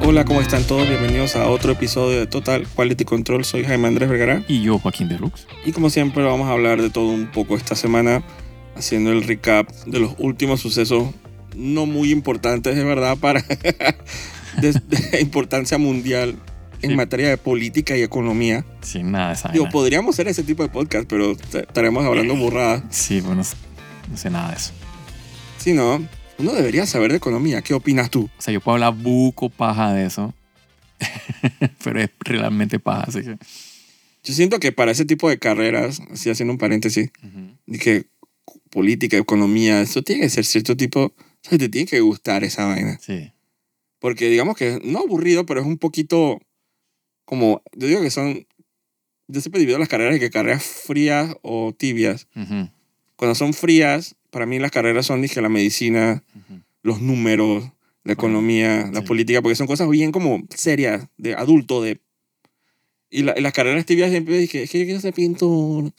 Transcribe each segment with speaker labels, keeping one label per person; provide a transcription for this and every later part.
Speaker 1: Hola, ¿cómo están todos? Bienvenidos a otro episodio de Total Quality Control. Soy Jaime Andrés Vergara.
Speaker 2: Y yo, Joaquín de Rux.
Speaker 1: Y como siempre, vamos a hablar de todo un poco esta semana, haciendo el recap de los últimos sucesos no muy importantes, de verdad, para de, de importancia mundial en
Speaker 2: Sí.
Speaker 1: materia de política y economía.
Speaker 2: Sin nada de esa
Speaker 1: Digo,
Speaker 2: vaina.
Speaker 1: podríamos hacer ese tipo de podcast, pero t- estaremos hablando burradas.
Speaker 2: Sí, bueno, no sé nada de eso.
Speaker 1: Si no, uno debería saber de economía. ¿Qué opinas tú?
Speaker 2: O sea, yo puedo hablar buco paja de eso, pero es realmente paja, así que...
Speaker 1: Yo siento que para ese tipo de carreras, así haciendo un paréntesis,
Speaker 2: ujú.
Speaker 1: de que política, economía, eso tiene que ser cierto tipo, o sea, te tiene que gustar esa vaina.
Speaker 2: Sí,
Speaker 1: Porque digamos que no aburrido, pero es un poquito como, yo digo que son, yo siempre divido las carreras en que carreras frías o tibias.
Speaker 2: ujú,
Speaker 1: Cuando son frías, para mí las carreras son, dije, la medicina,
Speaker 2: ujú.
Speaker 1: los números, la economía, la
Speaker 2: sí.
Speaker 1: política, porque son cosas bien como serias, de adulto, de... Y, la- y las carreras tibias siempre dije, es que yo quiero ser pintor, es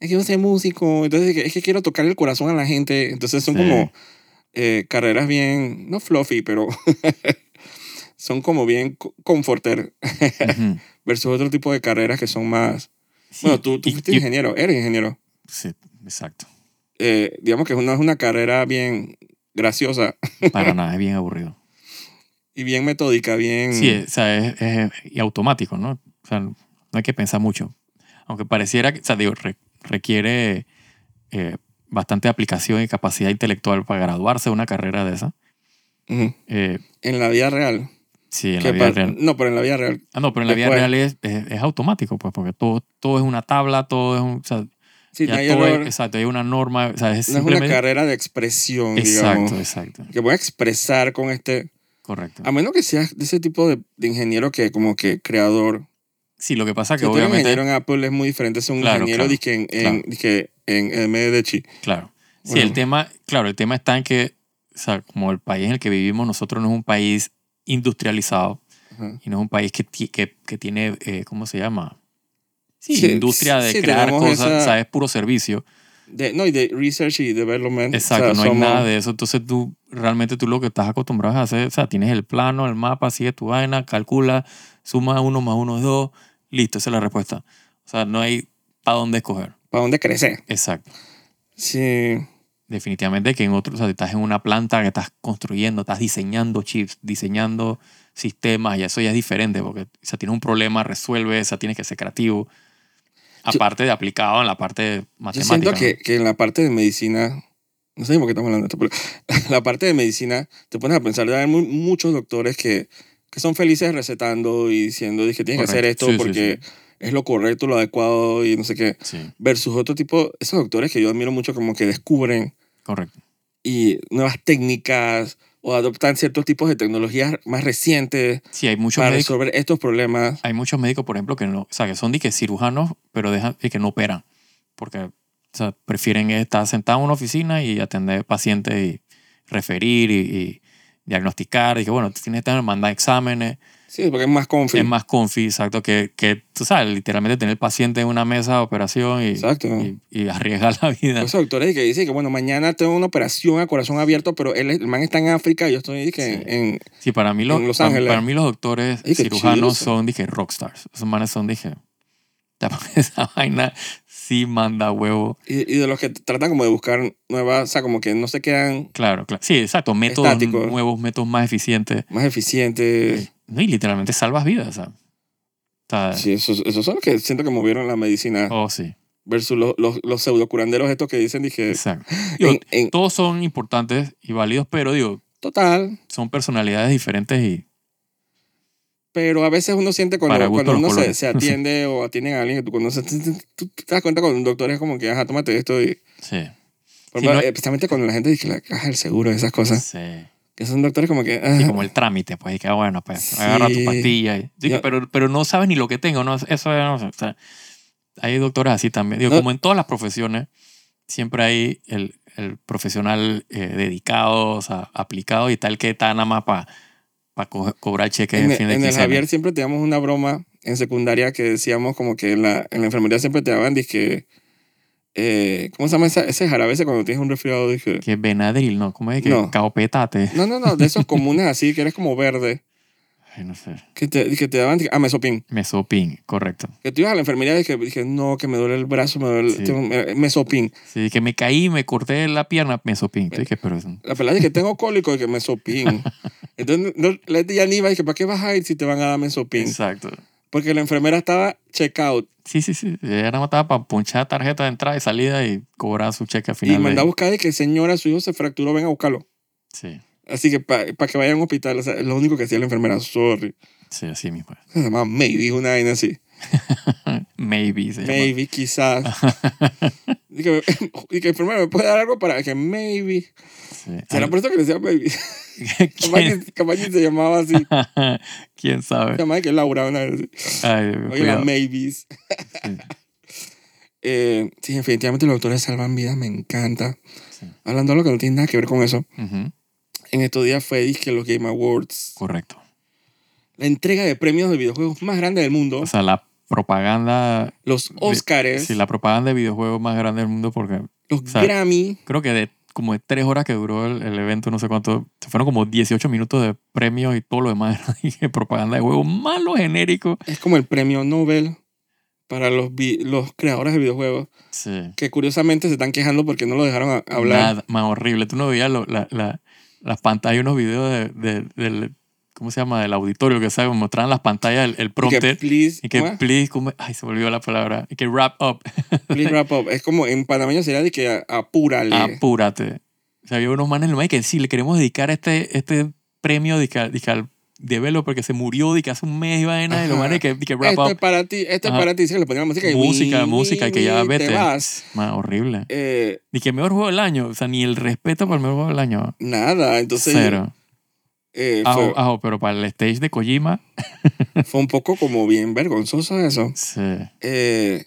Speaker 1: que quiero ser músico, entonces dije, es que quiero tocar el corazón a la gente, entonces son
Speaker 2: Sí.
Speaker 1: como eh, carreras bien, no fluffy, pero son como bien co- comforter
Speaker 2: Ujú.
Speaker 1: versus otro tipo de carreras que son más...
Speaker 2: Sí,
Speaker 1: Bueno, tú, tú
Speaker 2: y-
Speaker 1: fuiste
Speaker 2: y-
Speaker 1: ingeniero, eres ingeniero.
Speaker 2: Sí, exacto.
Speaker 1: Eh, digamos que es una, es una carrera bien graciosa
Speaker 2: Para nada, es bien aburrido.
Speaker 1: y bien metódica, bien...
Speaker 2: Sí, eh. es- o sea, es, es- y automático, ¿no? O sea, no hay que pensar mucho. Aunque pareciera que, o sea, digo, re- requiere eh, bastante aplicación y capacidad intelectual para graduarse de una carrera de esa.
Speaker 1: Ujú.
Speaker 2: Eh,
Speaker 1: En la vida real.
Speaker 2: sí, en
Speaker 1: Que
Speaker 2: la vida
Speaker 1: pa-
Speaker 2: real.
Speaker 1: No, pero en la vida real.
Speaker 2: Ah, no, pero en la vida
Speaker 1: Después.
Speaker 2: real es, es, es automático, pues, porque todo, todo es una tabla, todo es un. O sea,
Speaker 1: Sí,
Speaker 2: ya
Speaker 1: no hay
Speaker 2: todo es-
Speaker 1: error.
Speaker 2: exacto, hay una norma. O sea, es
Speaker 1: no es una
Speaker 2: simplemente.
Speaker 1: carrera de expresión,
Speaker 2: exacto,
Speaker 1: digamos.
Speaker 2: exacto.
Speaker 1: Que voy a expresar con este.
Speaker 2: Correcto.
Speaker 1: A menos que seas de ese tipo de, de ingeniero que, como que creador.
Speaker 2: Sí, lo que pasa es
Speaker 1: Si
Speaker 2: que
Speaker 1: tú eres ingeniero
Speaker 2: obviamente.
Speaker 1: en Apple es muy diferente a un
Speaker 2: Claro,
Speaker 1: ingeniero
Speaker 2: claro,
Speaker 1: dizque en, en,
Speaker 2: claro.
Speaker 1: dizque en MDChi.
Speaker 2: Claro. Sí,
Speaker 1: Bueno.
Speaker 2: el tema. Claro, el tema está en que, o sea, como el país en el que vivimos, nosotros no es un país industrializado
Speaker 1: Ajá.
Speaker 2: y no es un país que, ti- que, que tiene. eh, ¿Cómo se llama? Sí,
Speaker 1: Sí,
Speaker 2: industria de
Speaker 1: sí,
Speaker 2: crear
Speaker 1: tenemos
Speaker 2: cosas,
Speaker 1: esa-
Speaker 2: o sea, es puro servicio.
Speaker 1: De, no, y de research y development.
Speaker 2: Exacto,
Speaker 1: o sea,
Speaker 2: no hay
Speaker 1: somos-
Speaker 2: nada de eso. Entonces tú, realmente tú lo que estás acostumbrado es a hacer, o sea, tienes el plano, el mapa, sigue tu vaina, calcula, suma uno más uno es dos, listo, esa es la respuesta. O sea, no hay para dónde escoger.
Speaker 1: ¿Para dónde crecer?
Speaker 2: Exacto.
Speaker 1: Sí.
Speaker 2: Definitivamente que en otro, o sea, estás en una planta que estás construyendo, estás diseñando chips, diseñando sistemas, y eso ya es diferente, porque o sea, tienes un problema, resuelve, o sea, tienes que ser creativo. Aparte de aplicado en la parte
Speaker 1: Yo
Speaker 2: matemática.
Speaker 1: siento
Speaker 2: ¿no?
Speaker 1: que, que en la parte de medicina, no sé por qué estamos hablando de esto, pero la parte de medicina, te pones a pensar, hay mu- muchos doctores que, que son felices recetando y diciendo, dije, tienes que hacer esto
Speaker 2: Correcto. Sí, sí,
Speaker 1: porque es lo correcto, lo adecuado y no sé qué.
Speaker 2: Sí,
Speaker 1: Versus otro tipo, esos doctores que yo admiro mucho como que descubren
Speaker 2: correcto.
Speaker 1: y nuevas técnicas o adoptan ciertos tipos de tecnologías más recientes
Speaker 2: Sí, hay muchos
Speaker 1: para
Speaker 2: médicos.
Speaker 1: resolver estos problemas.
Speaker 2: hay muchos médicos, por ejemplo, que no, o sea, que son de que cirujanos, pero dejan y que no operan, porque o sea, prefieren estar sentado en una oficina y atender pacientes y referir y, y diagnosticar. Y que bueno, tienes que mandar exámenes,
Speaker 1: Sí, porque es más confi.
Speaker 2: es más confi, exacto, que, que tú sabes, literalmente tener el paciente en una mesa de operación y,
Speaker 1: Exacto. Pues,
Speaker 2: y, y arriesgar la vida.
Speaker 1: Esos doctores que dicen que, bueno, mañana tengo una operación a corazón abierto, pero él, el man está en África y yo estoy que,
Speaker 2: Sí.
Speaker 1: en...
Speaker 2: Sí, para mí, los,
Speaker 1: en Los
Speaker 2: para,
Speaker 1: Ángeles.
Speaker 2: para mí los doctores
Speaker 1: Ay, qué chido
Speaker 2: cirujanos
Speaker 1: eso.
Speaker 2: son, dije, rockstars. Esos manes son, dije, esa vaina sí manda huevo.
Speaker 1: Y, y de los que tratan como de buscar nuevas, o sea, como que no se quedan
Speaker 2: Claro, claro. Sí, exacto. Métodos
Speaker 1: Estáticos.
Speaker 2: nuevos, métodos más eficientes.
Speaker 1: más eficientes.
Speaker 2: No, y literalmente salvas vidas. ¿sabes? O sea,
Speaker 1: Sí, esos, esos son los que siento que movieron la medicina
Speaker 2: Oh, sí.
Speaker 1: versus los, los, los pseudocuranderos estos que dicen, dije,
Speaker 2: Exacto. Digo,
Speaker 1: en, en
Speaker 2: todos son importantes y válidos, pero digo,
Speaker 1: total,
Speaker 2: son personalidades diferentes y
Speaker 1: pero a veces uno siente cuando,
Speaker 2: Para gusto
Speaker 1: cuando uno
Speaker 2: los
Speaker 1: se,
Speaker 2: colores.
Speaker 1: se atiende o atienden a alguien que tú conoces, tú, tú- tú te das cuenta cuando un doctor es como que, ajá, tómate esto y...
Speaker 2: sí.
Speaker 1: por
Speaker 2: Sí,
Speaker 1: ejemplo,
Speaker 2: no-
Speaker 1: eh, Precisamente cuando la gente dice, la caja del seguro, esas cosas,
Speaker 2: sí.
Speaker 1: que son doctores como que...
Speaker 2: Y
Speaker 1: ah,
Speaker 2: como el trámite, pues, y que ah, bueno, pues, agarra tu
Speaker 1: Sí.
Speaker 2: pastilla. y- digo,
Speaker 1: Yo-
Speaker 2: pero, pero no sabes ni lo que tengo, ¿no? Eso es- o sea, hay doctores así también. Digo,
Speaker 1: No.
Speaker 2: como en todas las profesiones, siempre hay el, el profesional eh, dedicado, o sea, aplicado y tal que está nada más para cobrar cheques en,
Speaker 1: en,
Speaker 2: fin
Speaker 1: el-
Speaker 2: de
Speaker 1: en el
Speaker 2: quincena.
Speaker 1: Javier siempre teníamos una broma en secundaria que decíamos como que en la, en la enfermería siempre te daban, dije, eh, ¿cómo se llama esa- ese jarabe ese cuando tienes un resfriado? Dije,
Speaker 2: Que Benadryl, ¿no? ¿Cómo es que
Speaker 1: No.
Speaker 2: caopetate?
Speaker 1: no, no, no, de esos comunes así que eres como verde.
Speaker 2: Ay, no sé.
Speaker 1: Que te, que te daban ah, mesopin.
Speaker 2: Mesopin, correcto.
Speaker 1: Que tú ibas a la enfermería y que dije, no, que me duele el brazo, me duele
Speaker 2: Sí.
Speaker 1: tengo- eh, me- mesopin.
Speaker 2: Sí, que me caí, me corté la pierna, mesopin. Tú dices, pero es un-
Speaker 1: La pelada es que tengo cólico y que mesopin. Entonces, no, la gente ya ni iba y que, ¿para qué vas a ir si te van a dar mesopin?
Speaker 2: Exacto.
Speaker 1: Porque la enfermera estaba check out
Speaker 2: Sí, sí, sí. Ella nada más estaba para punchar tarjeta de entrada y salida y cobrar su cheque al final.
Speaker 1: y
Speaker 2: de-
Speaker 1: mandaba a buscar de que, señora, su hijo se fracturó, ven a buscarlo.
Speaker 2: Sí,
Speaker 1: Así que para que vaya a un hospital, o sea, es lo único que hacía la enfermera, sorry.
Speaker 2: sí, así mismo.
Speaker 1: Se llamaba May, dijo una vaina así.
Speaker 2: Maybe. se llama.
Speaker 1: Maybe, quizás. y, que, y que enfermera me puede dar algo para que maybe.
Speaker 2: Sí.
Speaker 1: ¿Será por eso que le decía maybe?
Speaker 2: Ay,
Speaker 1: Capaz
Speaker 2: ¿quién,
Speaker 1: que- capaz que se llamaba así. Se
Speaker 2: quién sabe?
Speaker 1: llamaba que Laura una vez.
Speaker 2: Ay,
Speaker 1: Oye,
Speaker 2: cuidado.
Speaker 1: las maybes. Eh, sí, definitivamente los autores salvan vidas, me encanta.
Speaker 2: Sí.
Speaker 1: Hablando de lo que no tiene nada que ver con eso,
Speaker 2: Ujú,
Speaker 1: en estos días fue que los Game Awards,
Speaker 2: Correcto.
Speaker 1: la entrega de premios de videojuegos más grande del mundo,
Speaker 2: O sea, la propaganda.
Speaker 1: los Oscars,
Speaker 2: Sí, la propaganda de videojuegos más grande del mundo, porque
Speaker 1: los
Speaker 2: o sea,
Speaker 1: Grammy,
Speaker 2: creo que de como de tres horas que duró el, el evento, no sé cuánto, se fueron como 18 minutos de premios y todo lo demás. Y propaganda de juegos malo genérico.
Speaker 1: es como el premio Nobel para los, vi- los creadores de videojuegos,
Speaker 2: Sí.
Speaker 1: que curiosamente se están quejando porque no lo dejaron a- hablar.
Speaker 2: Nada, más horrible. Tú no veías lo- la- la- las pantallas, unos videos de, de- del. ¿Cómo se llama? Del auditorio que sabe, mostraban las pantallas, el, el
Speaker 1: Y que,
Speaker 2: prompter.
Speaker 1: please,
Speaker 2: Y que,
Speaker 1: ¿cómo es?
Speaker 2: please, ¿cómo es? ay, se me olvidó la palabra. Y que wrap up,
Speaker 1: please wrap up. Es como en panameño sería de que a- apúrale.
Speaker 2: apúrate. O sea, había unos manes en el maíz que sí, le queremos dedicar este, este premio de que- de que al developer que se murió de que hace un mes y vaina, y los
Speaker 1: Ajá. Este
Speaker 2: manes que, de que wrap
Speaker 1: Esto es
Speaker 2: up.
Speaker 1: para ti, esto es
Speaker 2: Ajá.
Speaker 1: para ti. Sí, le ponían música y
Speaker 2: música,
Speaker 1: "Wii,
Speaker 2: música, y que ya
Speaker 1: Wii,
Speaker 2: vete.
Speaker 1: Te vas.
Speaker 2: Más horrible.
Speaker 1: Eh,
Speaker 2: Y que mejor juego del año, o sea, ni el respeto para el mejor juego del año.
Speaker 1: nada, entonces
Speaker 2: Cero.
Speaker 1: eh, fue,
Speaker 2: Ajo, ajo, pero para el stage de Kojima,
Speaker 1: fue un poco como bien vergonzoso eso.
Speaker 2: sí.
Speaker 1: Eh,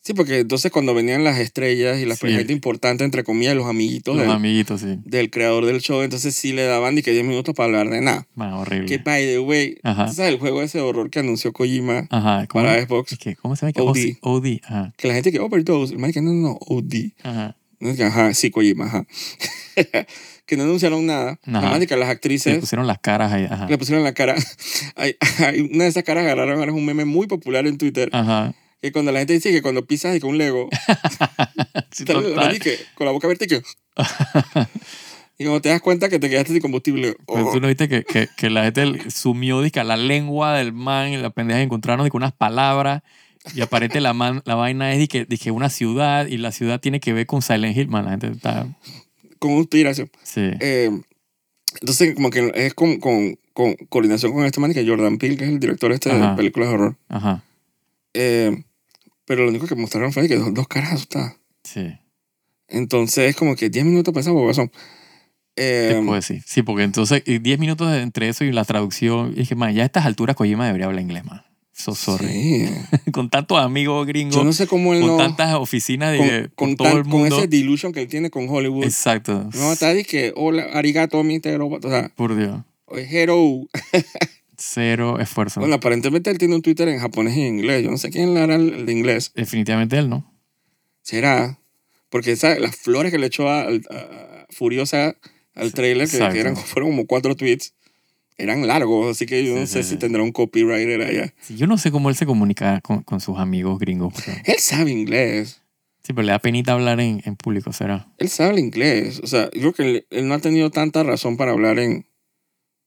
Speaker 1: sí, porque entonces cuando venían las estrellas y la
Speaker 2: Sí.
Speaker 1: gente importante, entre comillas, los amiguitos
Speaker 2: Los
Speaker 1: del,
Speaker 2: amiguitos, sí.
Speaker 1: del creador del show, entonces sí le daban ni que 10 minutos para hablar de nada.
Speaker 2: Más
Speaker 1: Que
Speaker 2: horrible.
Speaker 1: by the way,
Speaker 2: Mm. Ajá.
Speaker 1: ¿tú ¿sabes el juego ese de horror que anunció Kojima
Speaker 2: Ajá. ¿cómo,
Speaker 1: para Xbox?
Speaker 2: es que- ¿Cómo se llama?
Speaker 1: OD.
Speaker 2: OD. OD. Ajá.
Speaker 1: Que la gente que "Oh, overdose, el man que no, no, no, OD.
Speaker 2: Ajá.
Speaker 1: No, es que, Ajá, sí, Kojima, ajá. que no anunciaron nada. Nada
Speaker 2: Ajá.
Speaker 1: más de que las
Speaker 2: Se
Speaker 1: actrices
Speaker 2: pusieron las caras ahí. Ajá.
Speaker 1: le pusieron la cara. Hay, hay una de esas caras agarraron ahora es un meme muy popular en Twitter.
Speaker 2: Ajá.
Speaker 1: Que cuando la gente dice que cuando pisas y con un Lego,
Speaker 2: Sí,
Speaker 1: sale la
Speaker 2: total.
Speaker 1: mano y que con la boca abierta y que. y cuando te das cuenta que te quedaste sin combustible.
Speaker 2: Pero
Speaker 1: oh,
Speaker 2: Pues tú no viste que, que, que la gente sumió dizque, a la lengua del man y la pendeja encontraron dizque, unas palabras y aparente la, man- la vaina es de que, una ciudad y la ciudad tiene que ver con Silent Hill, man. La gente está...
Speaker 1: con un tirazo.
Speaker 2: Sí.
Speaker 1: Eh, entonces, como que es con, con, con coordinación con este man que Jordan Peele, que es el director este de
Speaker 2: Ajá.
Speaker 1: películas de horror.
Speaker 2: Ajá.
Speaker 1: Eh, pero lo único que mostraron fue que dos, dos caras asustadas.
Speaker 2: Sí.
Speaker 1: Entonces, como que 10 minutos para esa bobazón.
Speaker 2: Te
Speaker 1: Eh,
Speaker 2: puedo decir. Sí, porque entonces y 10 minutos de- entre eso y la traducción. Y dije, man, ya a estas alturas Kojima debería hablar inglés, man. So sorry.
Speaker 1: sí.
Speaker 2: con tantos amigos gringos,
Speaker 1: Yo no sé cómo él
Speaker 2: con
Speaker 1: no.
Speaker 2: tantas oficinas de
Speaker 1: con, con
Speaker 2: por todo
Speaker 1: tan-
Speaker 2: el
Speaker 1: con
Speaker 2: mundo.
Speaker 1: ese delusion que él tiene con Hollywood.
Speaker 2: Exacto.
Speaker 1: No, está de que, hola, arigato, mi te robo", O sea,
Speaker 2: Por Dios.
Speaker 1: o es hero.
Speaker 2: Cero esfuerzo.
Speaker 1: Bueno, aparentemente él tiene un Twitter en japonés y en inglés. Yo no sé quién le hará el el de inglés.
Speaker 2: Definitivamente él, ¿no?
Speaker 1: ¿Será? Porque esa- las flores que le echó a, a- a Furiosa al
Speaker 2: Sí,
Speaker 1: trailer, que,
Speaker 2: exacto.
Speaker 1: que eran, fueron como cuatro tweets, eran largos. Así que yo no
Speaker 2: Sí,
Speaker 1: sé
Speaker 2: sí,
Speaker 1: si
Speaker 2: sí.
Speaker 1: tendrá un copywriter allá.
Speaker 2: Sí, yo no sé cómo él se comunica con, con sus amigos gringos. porque-
Speaker 1: Él sabe inglés.
Speaker 2: sí, pero le da penita hablar en, en público, será.
Speaker 1: Él sabe el inglés. O sea, yo creo que él, él no ha tenido tanta razón para hablar en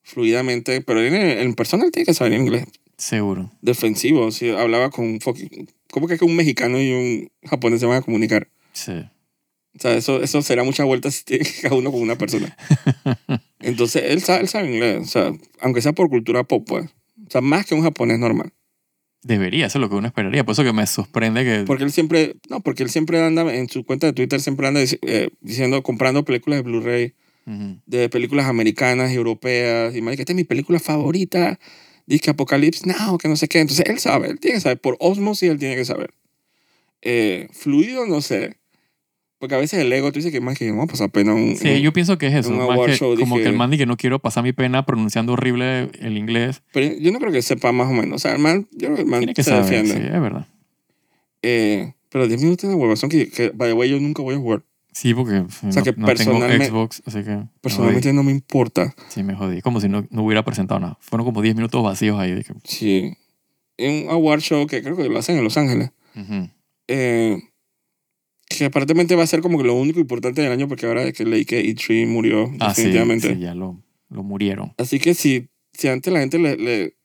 Speaker 1: fluidamente, pero él en, en persona él tiene que saber inglés.
Speaker 2: Seguro.
Speaker 1: defensivo. Si hablaba con un fucking- ¿Cómo que, que un mexicano y un japonés se van a comunicar?
Speaker 2: Sí.
Speaker 1: O sea, eso, eso será muchas vueltas si tiene cada uno con una persona. Entonces, él sabe, él sabe inglés. O sea, aunque sea por cultura pop, pues. O sea, más que un japonés normal.
Speaker 2: Debería, eso es lo que uno esperaría. Por eso que me sorprende que.
Speaker 1: Porque él siempre... No, porque él siempre anda... En su cuenta de Twitter siempre anda dic- eh, diciendo... Comprando películas de Blu-ray.
Speaker 2: Ujú.
Speaker 1: De películas americanas, europeas. Y más que esta es mi película favorita. Dice que Apocalypse Now, que no sé qué. Entonces, él sabe. Él tiene que saber. Por osmosis, él tiene que saber. Eh, fluido, no sé. Porque a veces el ego, tú dices que más que vamos a pasar pena un...
Speaker 2: Sí, yo pienso que es eso.
Speaker 1: en un
Speaker 2: más
Speaker 1: award
Speaker 2: que-
Speaker 1: show
Speaker 2: como
Speaker 1: dije-
Speaker 2: que el man que no quiero pasar mi pena pronunciando horrible el inglés.
Speaker 1: Pero yo no creo que sepa más o menos. O sea, el man, yo creo que el man
Speaker 2: Tiene que
Speaker 1: Ah, se
Speaker 2: saber.
Speaker 1: defiende.
Speaker 2: Sí, es verdad.
Speaker 1: Eh, pero 10 minutos de huevazón que, que, by the way, yo nunca voy a jugar.
Speaker 2: Sí, porque o
Speaker 1: sea,
Speaker 2: no,
Speaker 1: que
Speaker 2: no
Speaker 1: personalme-
Speaker 2: tengo Xbox, así que... me
Speaker 1: Personalmente no me importa.
Speaker 2: jodí. sí, me jodí. Como si no, no hubiera presentado nada. Fueron como 10 minutos vacíos ahí. dije,
Speaker 1: Sí. En un award show que creo que lo hacen en Los Ángeles.
Speaker 2: ujú.
Speaker 1: eh, que aparentemente va a ser como que lo único importante del año porque ahora es que leí que E3 murió
Speaker 2: Ah, sí,
Speaker 1: definitivamente.
Speaker 2: sí, ya lo, lo murieron.
Speaker 1: Así que si, si antes la gente le, le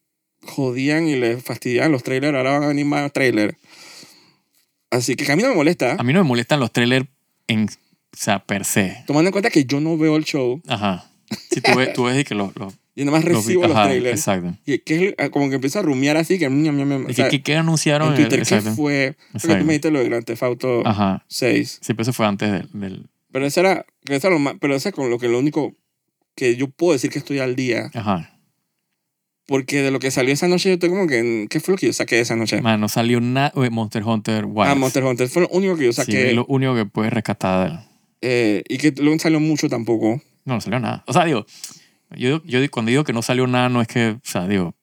Speaker 1: jodían y le fastidiaban los trailers, ahora van a venir más trailers. Así que a mí no me molesta,
Speaker 2: A mí no me molestan los trailers en... O sea, per se.
Speaker 1: tomando en cuenta que yo no veo el show
Speaker 2: Ajá. Si tú ves, tú ves y que los... los,
Speaker 1: y nada más
Speaker 2: los vi-
Speaker 1: recibo los
Speaker 2: ajá,
Speaker 1: trailers.
Speaker 2: Exacto.
Speaker 1: Y que es ah, como que empiezo a rumiar así que... mm, ñam, ñam, ñam, o
Speaker 2: ¿Y
Speaker 1: sea,
Speaker 2: qué- qué, qué anunciaron?
Speaker 1: en Twitter, ¿qué
Speaker 2: Exacto.
Speaker 1: fue? Creo que tú
Speaker 2: Exacto.
Speaker 1: me dijiste lo de Grand Theft Auto
Speaker 2: Ajá.
Speaker 1: 6.
Speaker 2: Siempre eso fue antes del... del-
Speaker 1: Pero eso era, que eso era lo más- pero eso es con lo que lo único que yo puedo decir que estoy al día.
Speaker 2: ajá.
Speaker 1: Porque de lo que salió esa noche, yo estoy como que, ¿qué fue lo que yo saqué esa noche?
Speaker 2: Man, no salió nada... Monster Hunter Wilds.
Speaker 1: Ah, Monster Hunter fue lo único que yo
Speaker 2: Sí,
Speaker 1: saqué.
Speaker 2: es lo único que puedes rescatar de él.
Speaker 1: eh, y que luego salió mucho tampoco.
Speaker 2: No, no salió nada. O sea, digo, yo, yo cuando digo que no salió nada, no es que, o sea, digo,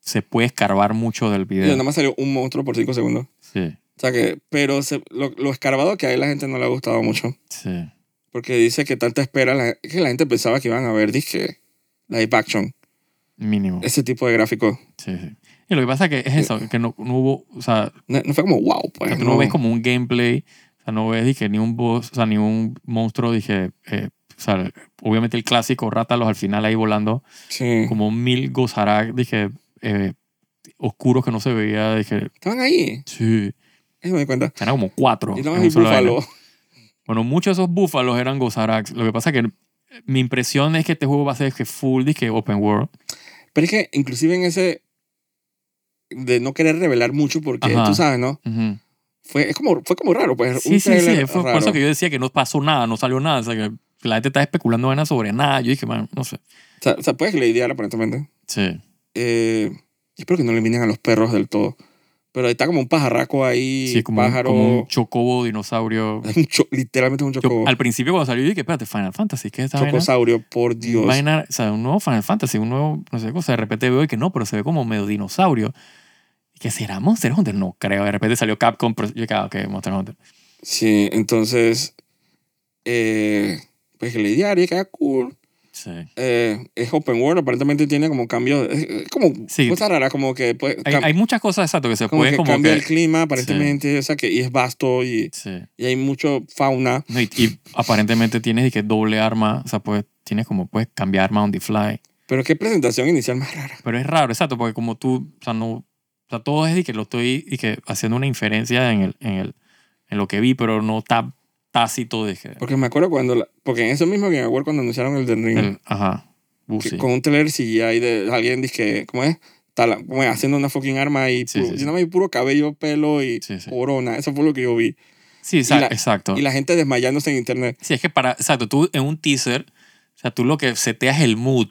Speaker 2: se puede escarbar mucho del
Speaker 1: Y nada
Speaker 2: video.
Speaker 1: más salió un monstruo por 5 segundos.
Speaker 2: Sí,
Speaker 1: O sea que, pero se- lo, lo escarbado que hay la gente no le ha gustado mucho.
Speaker 2: sí.
Speaker 1: Porque dice que tanta espera, la- que la gente pensaba que iban a ver, dije, live action,
Speaker 2: Mínimo.
Speaker 1: ese tipo de gráficos.
Speaker 2: Sí, sí. Y lo que pasa es que es eso, que no, no hubo, o sea,
Speaker 1: No, no fue como wow, pues.
Speaker 2: tú no ves como un gameplay, o sea, no ves, dije, ni un boss, o sea, ni un monstruo, dije, eh, o sea, obviamente el clásico, rátalos al final ahí volando,
Speaker 1: Sí.
Speaker 2: como mil gozarak, dije, eh, oscuros que no se veía, dije,
Speaker 1: Estaban ahí,
Speaker 2: sí,
Speaker 1: eso me di cuenta.
Speaker 2: eran como cuatro.
Speaker 1: Y
Speaker 2: en
Speaker 1: nada
Speaker 2: un
Speaker 1: más el
Speaker 2: solo vaina.
Speaker 1: búfalo.
Speaker 2: Bueno, muchos de esos búfalos eran Gozarax. Lo que pasa que mi impresión es que este juego va a ser que full disque open world.
Speaker 1: Pero es que inclusive en ese de no querer revelar mucho porque
Speaker 2: Ajá.
Speaker 1: tú sabes, ¿no?
Speaker 2: Ujú.
Speaker 1: Fue, es como, fue como raro, pues.
Speaker 2: Sí, sí, sí.
Speaker 1: trailer
Speaker 2: Fue por
Speaker 1: raro.
Speaker 2: eso que yo decía que no pasó nada, no salió nada. O sea, que la gente está especulando vainas sobre nada. Yo dije, man, no sé.
Speaker 1: O sea, o sea, puedes lidiar aparentemente.
Speaker 2: Sí.
Speaker 1: Eh, yo espero que no eliminen a los perros del todo. Pero ahí está como un pajarraco ahí,
Speaker 2: Sí, como, un-
Speaker 1: pájaro.
Speaker 2: como un chocobo, dinosaurio.
Speaker 1: un cho- literalmente un
Speaker 2: Yo,
Speaker 1: choco,
Speaker 2: al principio cuando salió, yo dije, espérate, Final Fantasy, ¿qué es esta vaina?
Speaker 1: chocosaurio, por Dios.
Speaker 2: Vaina, o sea, un nuevo Final Fantasy, un nuevo, no sé, cosa. De repente veo y que no, pero se ve como medio dinosaurio. ¿Y que será Monster Hunter? No creo. De repente salió Capcom, pero yo dije, ah, ok, Monster Hunter.
Speaker 1: Sí, entonces. Eh, pues que lidiar y queda cool.
Speaker 2: Sí.
Speaker 1: Eh, es open world, aparentemente tiene como cambios. Es, es como
Speaker 2: Sí.
Speaker 1: cosas raras, como que. Pues,
Speaker 2: Hay,
Speaker 1: cam-
Speaker 2: hay muchas cosas, exacto, que se
Speaker 1: como
Speaker 2: pueden
Speaker 1: que
Speaker 2: como
Speaker 1: cambia
Speaker 2: que-
Speaker 1: el clima, aparentemente. O sea, que y es vasto y,
Speaker 2: Sí.
Speaker 1: y hay mucho fauna.
Speaker 2: No, y, y aparentemente tienes y que doble arma, o sea, pues tienes como puedes cambiar arma on the fly.
Speaker 1: Pero qué presentación inicial más rara.
Speaker 2: Pero es raro, exacto, porque como tú, o sea, no, o sea, todo es y que lo estoy y que haciendo una inferencia en el, en el, en lo que vi, pero no tá, tácito de que,
Speaker 1: Porque me acuerdo cuando. la- porque en eso mismo que me acuerdo cuando anunciaron el del ring.
Speaker 2: el- ajá, uh,
Speaker 1: que-
Speaker 2: Mm. sí.
Speaker 1: con un trailer CGI de alguien dice ¿cómo es? Tala- ¿cómo es? haciendo una fucking arma y
Speaker 2: Sí,
Speaker 1: puro,
Speaker 2: sí,
Speaker 1: y
Speaker 2: sí.
Speaker 1: nada más y puro cabello, pelo y
Speaker 2: Sí, sí.
Speaker 1: corona. Eso fue lo que yo vi.
Speaker 2: Sí, exa-
Speaker 1: y la-
Speaker 2: exacto.
Speaker 1: Y la gente desmayándose en internet.
Speaker 2: Sí, es que para, exacto, tú en un teaser, o sea, tú lo que seteas el mood,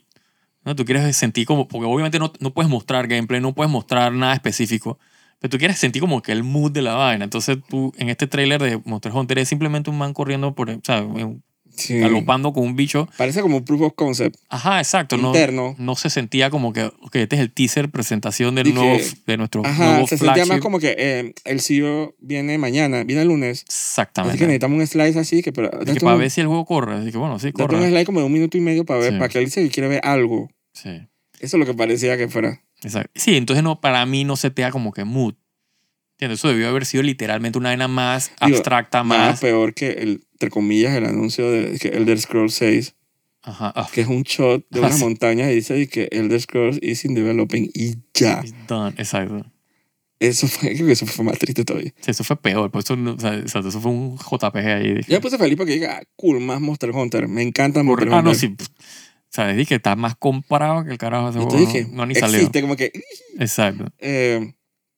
Speaker 2: ¿no? Tú quieres sentir como, porque obviamente no, no puedes mostrar gameplay, no puedes mostrar nada específico, pero tú quieres sentir como que el mood de la vaina. Entonces tú en este tráiler de Monster Hunter es simplemente un man corriendo por, o sea, un-
Speaker 1: Sí.
Speaker 2: galopando con un bicho.
Speaker 1: Parece como un proof of concept
Speaker 2: Ajá, exacto, no,
Speaker 1: interno.
Speaker 2: no se sentía como que, ok, este es el teaser presentación del
Speaker 1: Dije,
Speaker 2: nuevo, de nuestro
Speaker 1: Ajá,
Speaker 2: nuevo
Speaker 1: se sentía más
Speaker 2: flagship.
Speaker 1: como que eh, el CEO viene mañana, viene el lunes. Así que
Speaker 2: Exactamente.
Speaker 1: necesitamos un slice así que, pero,
Speaker 2: Así que
Speaker 1: date
Speaker 2: para
Speaker 1: un-
Speaker 2: ver si el juego corre. Así que bueno, sí,
Speaker 1: date un
Speaker 2: corre.
Speaker 1: slice como de un minuto y medio para ver,
Speaker 2: Sí.
Speaker 1: para que él dice que quiere ver algo.
Speaker 2: Sí.
Speaker 1: Eso es lo que parecía que fuera.
Speaker 2: Exacto. Sí, entonces no, para mí no setea como que mood. ¿Entiendes? Eso debió haber sido literalmente una vaina más
Speaker 1: Digo,
Speaker 2: abstracta,
Speaker 1: Nada
Speaker 2: más.
Speaker 1: peor que, el, entre comillas, el anuncio de que Elder Scrolls 6
Speaker 2: Ajá. ah,
Speaker 1: que es un shot de
Speaker 2: Ah,
Speaker 1: unas
Speaker 2: sí.
Speaker 1: montañas y dice ahí que Elder Scrolls is in developing y ya.
Speaker 2: it's done. Exacto.
Speaker 1: Eso fue, creo que eso fue más triste todavía.
Speaker 2: Sí, eso fue peor. Por eso, no- o sea, exacto, eso fue un JPG ahí. dije,
Speaker 1: Yo me puse feliz porque dije, ah, cool, más Monster Hunter. Me encanta
Speaker 2: por-
Speaker 1: Monster
Speaker 2: ah,
Speaker 1: Hunter.
Speaker 2: no, sí. pff, O sea, dije que está más comprado que el carajo ese
Speaker 1: Y
Speaker 2: juego.
Speaker 1: tú dije,
Speaker 2: no, no, ni salió.
Speaker 1: existe, como que...
Speaker 2: Exacto.
Speaker 1: eh,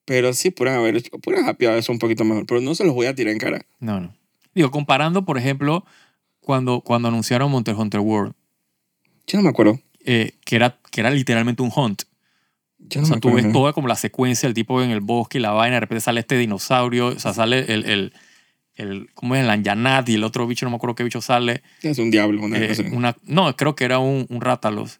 Speaker 1: pero sí, pudieran haber hecho, pudieran haber eso un poquito mejor. Pero no se los voy a tirar en cara.
Speaker 2: No, no. Digo, comparando, por ejemplo, cuando, cuando anunciaron Monster Hunter World,
Speaker 1: Yo no me acuerdo.
Speaker 2: eh, que, era, que era literalmente un hunt.
Speaker 1: Yo no
Speaker 2: O
Speaker 1: me
Speaker 2: sea, tú
Speaker 1: acuerdo.
Speaker 2: ves toda como la secuencia, el tipo en el bosque y la vaina, de repente sale este dinosaurio, o sea, sale el, el, el ¿cómo es? El Anyanat y el otro bicho, no me acuerdo qué bicho sale.
Speaker 1: Es un diablo, una
Speaker 2: eh,
Speaker 1: cosa.
Speaker 2: una, no, creo que era un, un rátalos.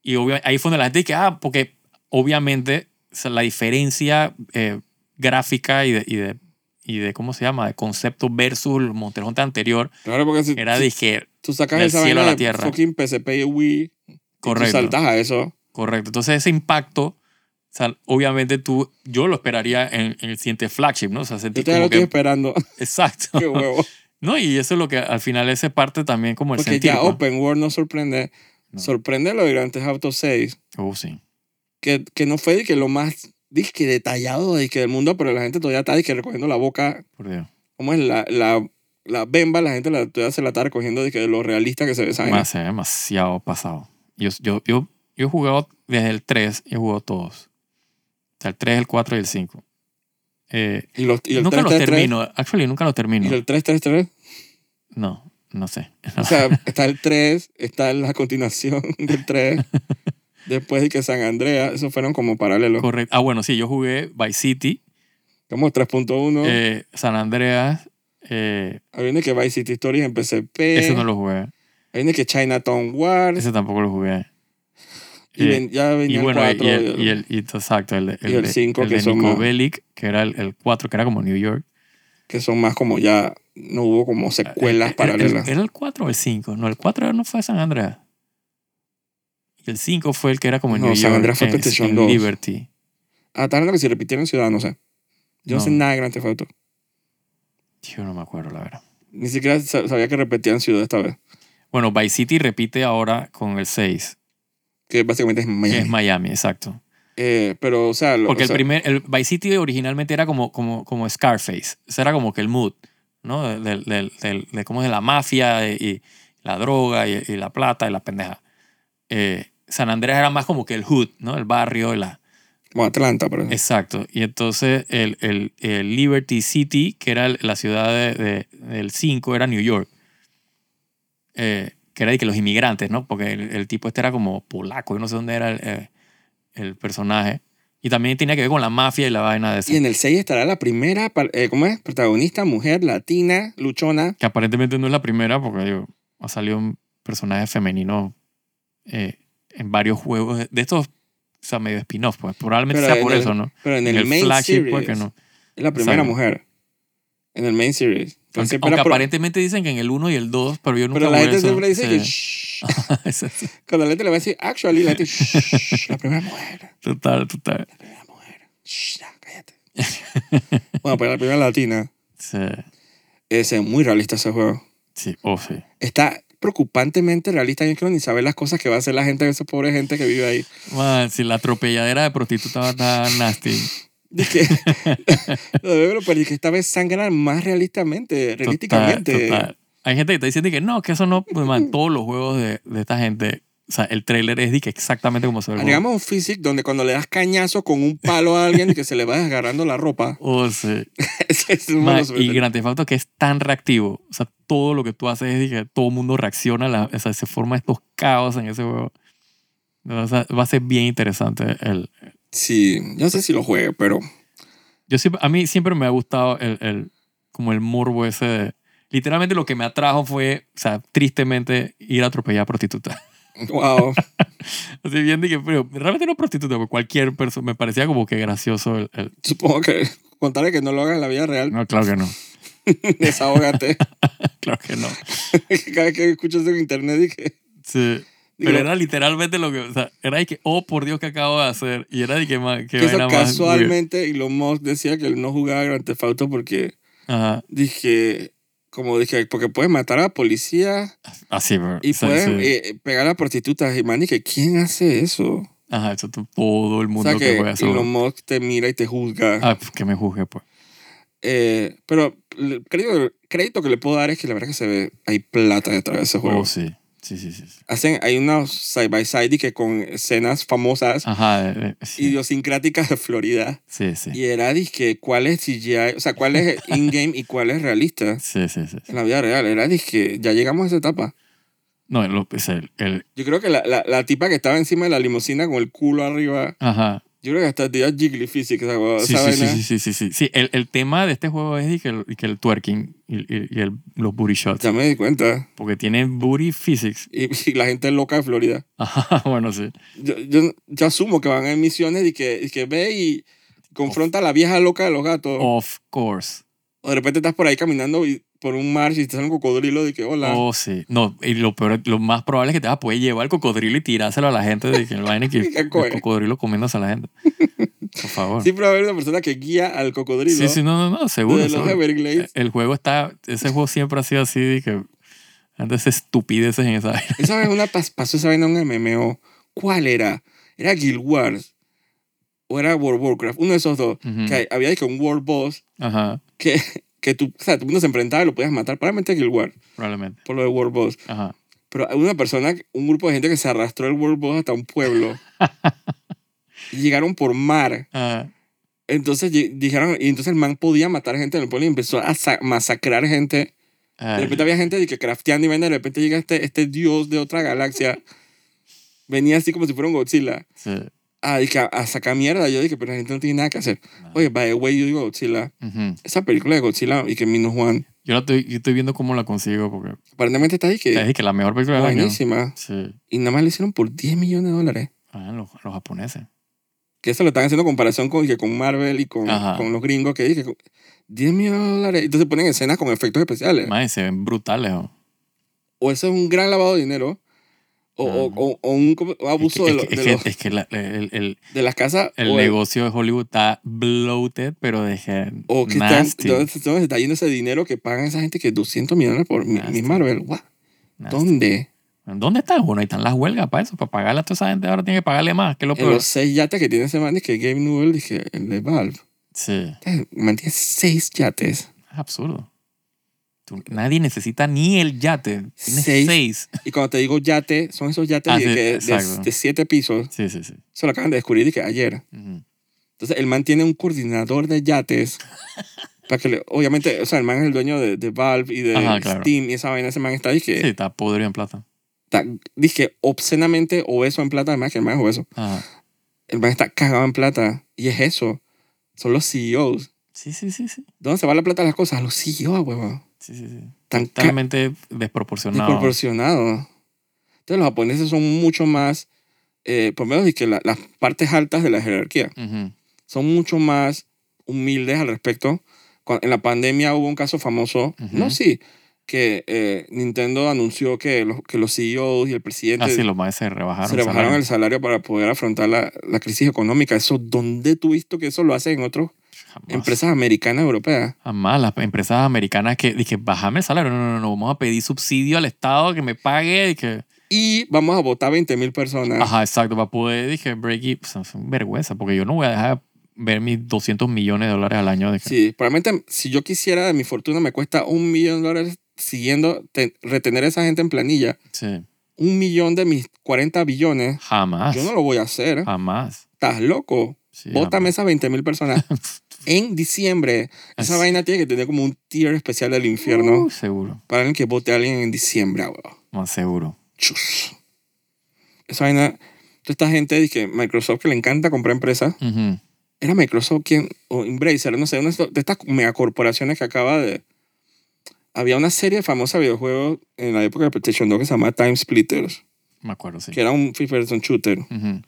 Speaker 2: Y obvia- ahí fue donde la gente dije, ah, porque obviamente o sea, la diferencia eh, gráfica y de, y de y de cómo se llama, de concepto versus el Monster Hunter anterior,
Speaker 1: Claro, porque si
Speaker 2: era
Speaker 1: si
Speaker 2: dije,
Speaker 1: tú sacas
Speaker 2: del
Speaker 1: esa
Speaker 2: cielo
Speaker 1: vaina
Speaker 2: a la
Speaker 1: de
Speaker 2: tierra.
Speaker 1: fucking PCP y Wii, y tú
Speaker 2: correcto,
Speaker 1: saltas a eso.
Speaker 2: correcto. Entonces ese impacto, o sea, obviamente tú, yo lo esperaría en, en el siguiente flagship, ¿no? O sea, sentí
Speaker 1: Yo todavía lo
Speaker 2: como
Speaker 1: estoy
Speaker 2: que,
Speaker 1: esperando.
Speaker 2: exacto.
Speaker 1: Qué huevo.
Speaker 2: No, y eso es lo que al final ese parte también como el
Speaker 1: Porque
Speaker 2: sentir.
Speaker 1: ya
Speaker 2: ¿no?
Speaker 1: Open World no sorprende.
Speaker 2: No.
Speaker 1: Sorprende lo de Grand Theft Auto 6,
Speaker 2: Oh, sí.
Speaker 1: que, que no fue de que lo más disque detallado de que del mundo, pero la gente todavía está de que recogiendo la boca.
Speaker 2: Por Dios.
Speaker 1: ¿Cómo es la, la, la bemba? La gente la, todavía se la está recogiendo de que de lo realista que se ve esa vaina.
Speaker 2: Más, se ve eh, demasiado pasado. Yo, yo, yo, yo he jugado desde el 3, he jugado todos. O sea, el 3, el 4 y el 5. Eh,
Speaker 1: Y, los, y el
Speaker 2: nunca los
Speaker 1: 333.
Speaker 2: termino. Actually, nunca los termino.
Speaker 1: Y el 333.
Speaker 2: No, no sé.
Speaker 1: O sea, está el 3, está la continuación del 3. Después de que San Andrea, esos fueron como paralelos.
Speaker 2: Correcto. Ah, bueno, sí, yo jugué Vice City,
Speaker 1: Como 3.1.
Speaker 2: eh, San Andreas. eh,
Speaker 1: Ahí viene que Vice City Stories en PCP.
Speaker 2: ese no lo jugué.
Speaker 1: Ahí viene que Chinatown Wars.
Speaker 2: Ese tampoco lo jugué.
Speaker 1: Y
Speaker 2: Eh,
Speaker 1: ven- ya
Speaker 2: y
Speaker 1: venía
Speaker 2: bueno,
Speaker 1: el 4.
Speaker 2: y el, y el- y exacto, el, de-
Speaker 1: y el
Speaker 2: de-
Speaker 1: cinco,
Speaker 2: el
Speaker 1: que
Speaker 2: de
Speaker 1: son
Speaker 2: Nico
Speaker 1: más.
Speaker 2: Bellic, que era el, el 4, que era como New York.
Speaker 1: que son más como ya. No hubo como secuelas
Speaker 2: Era- era-
Speaker 1: paralelas.
Speaker 2: ¿Era Ah, eh, el 4 o el 5? No, el 4 no fue San Andreas. Y el 5 fue el que era como en
Speaker 1: No,
Speaker 2: New
Speaker 1: San
Speaker 2: York.
Speaker 1: Andreas fue
Speaker 2: en-
Speaker 1: PlayStation
Speaker 2: en
Speaker 1: 2.
Speaker 2: Liberty.
Speaker 1: Ah, tal vez que si repitieron Ciudad, no sé. Yo no,
Speaker 2: No.
Speaker 1: sé nada de Grand Theft Auto.
Speaker 2: Yo no me acuerdo, la verdad.
Speaker 1: Ni siquiera sa- sabía que repetían Ciudad esta vez.
Speaker 2: Bueno, Vice City repite ahora con el 6,
Speaker 1: Que básicamente es
Speaker 2: que
Speaker 1: Miami.
Speaker 2: es Miami, exacto.
Speaker 1: Eh, pero, o sea, lo-
Speaker 2: Porque
Speaker 1: o sea,
Speaker 2: el primer, el Vice City originalmente era como, como, como Scarface. Ese era como que el mood, ¿no? Del, del, del- de cómo es la mafia y, y la droga y, y la plata y la pendeja. Eh, San Andreas era más como que el hood, ¿no? El barrio, la,
Speaker 1: como Atlanta, pero.
Speaker 2: Exacto. Y entonces el, el- el Liberty City, que era el- la ciudad de- de- del 5, era New York. Eh, que era de que los inmigrantes, ¿no? Porque el, el tipo este era como polaco, yo no sé dónde era el, eh, el personaje. Y también tenía que ver con la mafia y la vaina de esa.
Speaker 1: Y en el 6 estará la primera, par- eh, ¿cómo es? Protagonista, mujer, latina, luchona.
Speaker 2: Que aparentemente no es la primera, porque digo, ha salido un personaje femenino eh, en varios juegos de- de estos, o sea, medio spin-off, pues. Probablemente
Speaker 1: Pero
Speaker 2: sea por
Speaker 1: en el-
Speaker 2: eso, ¿no?
Speaker 1: Pero en el, main
Speaker 2: flagship,
Speaker 1: series
Speaker 2: pues, que no.
Speaker 1: es la primera
Speaker 2: Exacto.
Speaker 1: mujer. En el main series. Pero
Speaker 2: Aunque,
Speaker 1: siempre
Speaker 2: aunque
Speaker 1: era pro-
Speaker 2: aparentemente dicen que en el 1 y el 2, pero yo nunca
Speaker 1: pero la
Speaker 2: jugué
Speaker 1: gente
Speaker 2: eso.
Speaker 1: siempre dice que...
Speaker 2: Sí.
Speaker 1: "Shh".
Speaker 2: Exacto.
Speaker 1: Cuando la gente le va a decir actually, la gente... "Shh, la primera mujer.
Speaker 2: total, total.
Speaker 1: La primera mujer. Shh, ya, cállate. bueno, pero la primera latina.
Speaker 2: Sí,
Speaker 1: Ese es muy realista ese juego.
Speaker 2: sí, oh, sí.
Speaker 1: Está preocupantemente realista. Yo no quiero ni saber las cosas que va a hacer la gente, esa pobre gente que vive ahí.
Speaker 2: Man, si la atropelladera de prostituta va a estar nasty.
Speaker 1: Dije, lo de Bebelo, pero que esta vez sangran más realistamente,
Speaker 2: Total,
Speaker 1: realísticamente.
Speaker 2: total. Hay gente que está diciendo que no, que eso no. pues, Man, todos los juegos de, de esta gente, o sea, el trailer es de que exactamente como se ve el juego.
Speaker 1: Agregamos un physic donde cuando le das cañazo con un palo a alguien y que se le va desgarrando la ropa.
Speaker 2: Oh, sí.
Speaker 1: Ese es un
Speaker 2: Man,
Speaker 1: mono
Speaker 2: y
Speaker 1: súper-
Speaker 2: Grand Theft Auto que es tan reactivo. O sea, todo lo que tú haces es de que todo el mundo reacciona. la- o sea, se forman estos caos en ese juego. O sea, va a ser bien interesante el,
Speaker 1: Sí, yo no sé si lo juegue, pero
Speaker 2: yo siempre, a mí siempre me ha gustado el, el- como el morbo ese de- Literalmente lo que me atrajo fue, o sea, tristemente ir a atropellar a prostitutas.
Speaker 1: wow.
Speaker 2: Así bien de que, pero realmente no prostituta, pero cualquier persona. Me parecía como que gracioso el... el-
Speaker 1: Supongo que contarle que no lo hagas en la vida real,
Speaker 2: No, claro que no.
Speaker 1: desahógate.
Speaker 2: Claro que no.
Speaker 1: Cada vez que escucho eso en internet dije,
Speaker 2: Sí.
Speaker 1: digo,
Speaker 2: Pero era literalmente lo que... O sea, era de que, oh, por Dios, ¿qué acabo de hacer? Y era de que, man, que
Speaker 1: que eso
Speaker 2: vaina más
Speaker 1: casualmente Elon Musk decía que él no jugaba Grand Theft Auto porque
Speaker 2: weird. Ajá.
Speaker 1: dije, como dije, porque puedes matar a la policía
Speaker 2: Así, bro.
Speaker 1: Y
Speaker 2: O sea,
Speaker 1: pueden
Speaker 2: sí.
Speaker 1: eh, pegar a prostitutas. Y man, dije, ¿quién hace eso?
Speaker 2: Ajá, eso todo el
Speaker 1: O
Speaker 2: mundo
Speaker 1: sea,
Speaker 2: que
Speaker 1: que
Speaker 2: puede hacer.
Speaker 1: Elon Musk te mira y te juzga.
Speaker 2: Ah, pues, que me juzgue, pues.
Speaker 1: Eh, pero el crédito, crédito que le puedo dar es que la verdad que se ve, hay plata detrás de ese juego.
Speaker 2: Oh, sí. Sí, sí, sí. sí.
Speaker 1: Hacen, hay unos side by side y que con escenas famosas,
Speaker 2: Ajá, eh, eh, sí.
Speaker 1: idiosincráticas de Florida.
Speaker 2: Sí, sí.
Speaker 1: Y era, dije, ¿cuál es CGI? O sea, ¿cuál es in-game y cuál es realista?
Speaker 2: Sí, sí, sí.
Speaker 1: En la vida real, era, dije, ya llegamos a esa etapa.
Speaker 2: No, lo- es el, el-
Speaker 1: Yo creo que la, la, la tipa que estaba encima de la limusina con el culo arriba
Speaker 2: Ajá.
Speaker 1: Yo creo que hasta día Jiggly Physics, esa, huevada,
Speaker 2: Sí,
Speaker 1: esa
Speaker 2: sí, sí,
Speaker 1: vaina.
Speaker 2: sí, sí, sí, sí. Sí, el, el tema de este juego es y que el, y que el twerking y, y- y el- los booty shots.
Speaker 1: Ya me di cuenta.
Speaker 2: Porque tiene booty physics.
Speaker 1: Y, y la gente loca de Florida.
Speaker 2: Ajá, bueno, sí.
Speaker 1: Yo, yo, yo asumo que van a
Speaker 2: Oh.
Speaker 1: misiones y que, y que ve y confronta a la vieja loca de los gatos.
Speaker 2: Of course.
Speaker 1: O de repente estás por ahí caminando y por un mar y te sale un cocodrilo de que hola.
Speaker 2: Oh, sí. No, y lo peor, lo más probable es que te vas a poder llevar el cocodrilo y tirárselo a la gente de que el vaina que
Speaker 1: ¿Qué
Speaker 2: el
Speaker 1: coge?
Speaker 2: cocodrilo comiéndose a la gente. Por favor.
Speaker 1: Siempre va a haber una persona que guía al cocodrilo.
Speaker 2: Sí, sí, no, no, no, seguro.
Speaker 1: de los
Speaker 2: seguro. E,
Speaker 1: Everglades.
Speaker 2: El juego está, ese juego siempre ha sido así de que antes estupideces en esa vaina.
Speaker 1: Esa vez una pas- pasó esa vaina un MMO. ¿Cuál era? ¿Era Guild Wars? ¿O era World of Warcraft? Uno de esos dos.
Speaker 2: Ujú.
Speaker 1: Que había de que un World Boss
Speaker 2: Ajá,
Speaker 1: que, que tú, o sea, tú no se enfrentaba y lo podías matar. Probablemente Guild Wars,
Speaker 2: probablemente.
Speaker 1: por lo de World Boss.
Speaker 2: Ajá.
Speaker 1: Pero hay una persona, un grupo de gente que se arrastró el World Boss hasta un pueblo. y llegaron por mar.
Speaker 2: Ah,
Speaker 1: Entonces lle- dijeron, y entonces el man podía matar gente en el pueblo y empezó a sa- masacrar gente.
Speaker 2: ah,
Speaker 1: De repente había gente de que crafteando y vaina, de repente llega este, este dios de otra galaxia. Venía así como si fuera un Godzilla.
Speaker 2: sí.
Speaker 1: Ah, dije, a, a sacar mierda. Yo dije, pero la gente no tiene nada que hacer.
Speaker 2: No.
Speaker 1: Oye, by the way, yo digo Godzilla.
Speaker 2: Ujú.
Speaker 1: Esa película de Godzilla y que Minus One,
Speaker 2: Yo, la estoy, yo estoy viendo cómo la consigo porque
Speaker 1: aparentemente está ahí
Speaker 2: es
Speaker 1: que
Speaker 2: que la mejor película del año.
Speaker 1: buenísima.
Speaker 2: Sí.
Speaker 1: Y nada más le hicieron por 10 millones de dólares.
Speaker 2: Ah, los, los japoneses.
Speaker 1: Que eso lo están haciendo en comparación con, que con Marvel y con,
Speaker 2: Ajá.
Speaker 1: con los gringos que dije, 10 millones de dólares. Entonces ponen escenas con efectos especiales.
Speaker 2: Man, se ven brutales. oh. ¿no?
Speaker 1: O eso es un gran lavado de dinero. O, o-
Speaker 2: Ah.
Speaker 1: o- o un como-
Speaker 2: Es
Speaker 1: abuso
Speaker 2: que,
Speaker 1: de,
Speaker 2: es
Speaker 1: lo-
Speaker 2: que-
Speaker 1: de
Speaker 2: es
Speaker 1: los-
Speaker 2: que- es que la- el, el-
Speaker 1: de las casas.
Speaker 2: el
Speaker 1: o
Speaker 2: negocio de Hollywood está bloated, pero de que
Speaker 1: O que están,
Speaker 2: nasty.
Speaker 1: Oh, ¿dónde, se- dónde se está yendo ese dinero que pagan esa gente que 200 millones por mi-
Speaker 2: Nasty.
Speaker 1: Miss Marvel? What?
Speaker 2: nasty.
Speaker 1: ¿Dónde?
Speaker 2: ¿Dónde están? Bueno, ahí están las huelgas para eso, para pagarle a toda esa gente. Ahora tiene que pagarle más, que es lo
Speaker 1: En
Speaker 2: peor.
Speaker 1: los seis yates que tiene ese man, que Gabe Newell, dije, el de Valve.
Speaker 2: Sí,
Speaker 1: Este Man tiene seis yates.
Speaker 2: es absurdo. Tú- nadie necesita ni el yate. Tienes
Speaker 1: Seis.
Speaker 2: seis.
Speaker 1: Y cuando te digo yate, son esos yates
Speaker 2: Ah,
Speaker 1: de,
Speaker 2: sí,
Speaker 1: que- de-
Speaker 2: exacto.
Speaker 1: de siete pisos.
Speaker 2: Sí, sí, sí.
Speaker 1: Eso lo acaban de descubrir dije, ayer.
Speaker 2: Ujú.
Speaker 1: Entonces, el man tiene un coordinador de yates. para que le- obviamente, o sea, el man es el dueño de, de Valve y de
Speaker 2: Ajá, claro.
Speaker 1: Steam y esa vaina. Ese man está, dije,
Speaker 2: Sí, está podrido en plata.
Speaker 1: está, dije, obscenamente obeso en plata. Además, que el man es obeso.
Speaker 2: Ajá.
Speaker 1: el man está cagado en plata. Y es eso. Son los CEOs.
Speaker 2: Sí, sí, sí, sí.
Speaker 1: ¿Dónde se va la plata de las cosas? A los CEOs, huevón.
Speaker 2: Sí, sí, sí.
Speaker 1: Tan ca-
Speaker 2: Totalmente desproporcionado.
Speaker 1: desproporcionados. Entonces los japoneses son mucho más, eh, por lo menos y que la- las partes altas de la jerarquía,
Speaker 2: Ujú.
Speaker 1: son mucho más humildes al respecto. Cu- En la pandemia hubo un caso famoso,
Speaker 2: Ujú.
Speaker 1: no sí, que eh, Nintendo anunció que los, que los CEOs y el presidente
Speaker 2: Ah, sí, los maestros se rebajaron.
Speaker 1: se rebajaron
Speaker 2: salario.
Speaker 1: el salario para poder afrontar la, la crisis económica. Eso, ¿dónde tú visto que eso lo hacen en otros
Speaker 2: Jamás.
Speaker 1: empresas americanas, europeas.
Speaker 2: Jamás, las empresas americanas que dije, bajame el salario. No, no, no, no, vamos a pedir subsidio al Estado que me pague. Y que,
Speaker 1: Y vamos a votar 20 mil personas.
Speaker 2: ajá, exacto, para poder, dije, break it. Pues, es una vergüenza, porque yo no voy a dejar ver mis 200 millones de dólares al año. Dije,
Speaker 1: Sí, probablemente si yo quisiera de mi fortuna me cuesta un millón de dólares siguiendo, te- retener a esa gente en planilla.
Speaker 2: sí,
Speaker 1: Un millón de mis 40 billones.
Speaker 2: jamás.
Speaker 1: Yo no lo voy a hacer.
Speaker 2: Ah. Jamás.
Speaker 1: Estás loco.
Speaker 2: Sí,
Speaker 1: Bótame
Speaker 2: jamás.
Speaker 1: esas 20 mil personas. En diciembre. Esa
Speaker 2: Así.
Speaker 1: vaina tiene que tener como un tier especial del infierno
Speaker 2: Uh, seguro,
Speaker 1: para el que vote a alguien en diciembre, weón.
Speaker 2: más seguro.
Speaker 1: Chus. Esa vaina. Toda esta gente dice que Microsoft que le encanta comprar empresas.
Speaker 2: Ujú.
Speaker 1: era Microsoft quien, o Embracer, no sé, una de estas megacorporaciones que acaba de... Había una serie famosa de videojuegos en la época de PlayStation 2 que se llamaba Time Splitters,
Speaker 2: Me acuerdo, sí.
Speaker 1: que era un first person shooter,
Speaker 2: Ujú.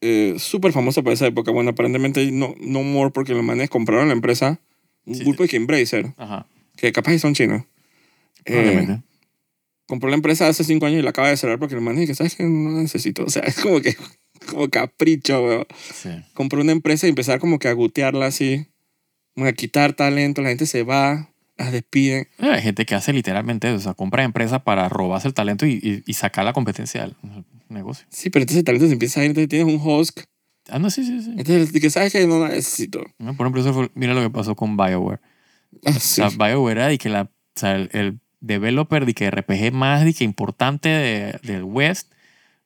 Speaker 1: eh, súper famosa para esa época. Bueno, aparentemente no, no more porque los manes compraron la empresa, un
Speaker 2: Sí.
Speaker 1: grupo de que Embracer,
Speaker 2: Ajá,
Speaker 1: que capaz y son chinos. Eh,
Speaker 2: probablemente.
Speaker 1: compró la empresa hace cinco años y la acaba de cerrar porque los manes que sabes que no la necesito. O sea, es como que como capricho, weón.
Speaker 2: Sí.
Speaker 1: compró una empresa y empezar como que a gutearla así, como a quitar talento, la gente se va, las despiden.
Speaker 2: Eh, Hay gente que hace literalmente eso, o sea, compra empresas para robarse el talento y, y- y sacar la competencia del negocio.
Speaker 1: Sí, pero entonces el talento se empieza a ir, entonces tienes un host,
Speaker 2: Ah, no, sí, sí, sí.
Speaker 1: entonces que sabes que no la necesito.
Speaker 2: No, Por ejemplo, eso fue- mira lo que pasó con BioWare.
Speaker 1: Ah,
Speaker 2: O
Speaker 1: sí.
Speaker 2: sea, BioWare era de que la, o sea, el, el developer de que RPG más de que importante de- del West.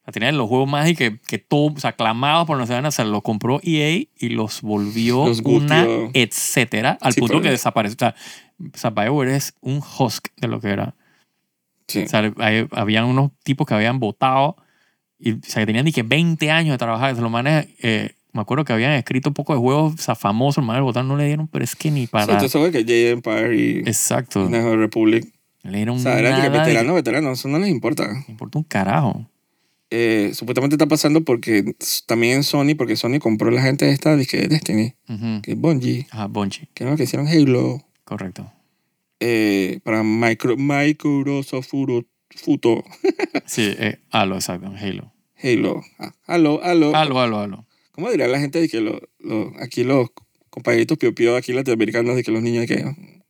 Speaker 2: O sea, tenía los juegos más y que, que todo, o sea, aclamados por no sé, o sea, lo compró EA y los volvió
Speaker 1: Los guteó.
Speaker 2: una etcétera, al
Speaker 1: Sí,
Speaker 2: punto
Speaker 1: pero-
Speaker 2: que desapareció. O sea, o sea, BioWare es un husk de lo que era.
Speaker 1: Sí.
Speaker 2: O sea, hay- habían unos tipos que habían votado y o sea, que tenían ni que 20 años de trabajar. Los manes, eh, me acuerdo que habían escrito un poco de juegos o sea, famosos, los manes votaron, no le dieron, pero es que ni
Speaker 1: Sí,
Speaker 2: para.
Speaker 1: entonces fue que Jade Empire y
Speaker 2: Exacto. No
Speaker 1: National Republic.
Speaker 2: le dieron
Speaker 1: O sea, eran de que
Speaker 2: nada. de-
Speaker 1: veteranos, veteranos, eso no les importa.
Speaker 2: Me importa un carajo.
Speaker 1: Eh, supuestamente está pasando porque s- también en Sony, porque Sony compró la gente esta de que Destiny,
Speaker 2: Ujú.
Speaker 1: que Bungie,
Speaker 2: Ajá, Bungie.
Speaker 1: que era lo que hicieron Halo.
Speaker 2: correcto.
Speaker 1: eh, para micro, Microsoft Furo- Futo,
Speaker 2: Sí, eh, Halo, exacto, Halo.
Speaker 1: Halo, ah, Halo, Halo.
Speaker 2: Halo, Halo, Halo.
Speaker 1: ¿Cómo dirá la gente de que lo- lo- aquí los compañeritos pio pio aquí latinoamericanos de que los niños de que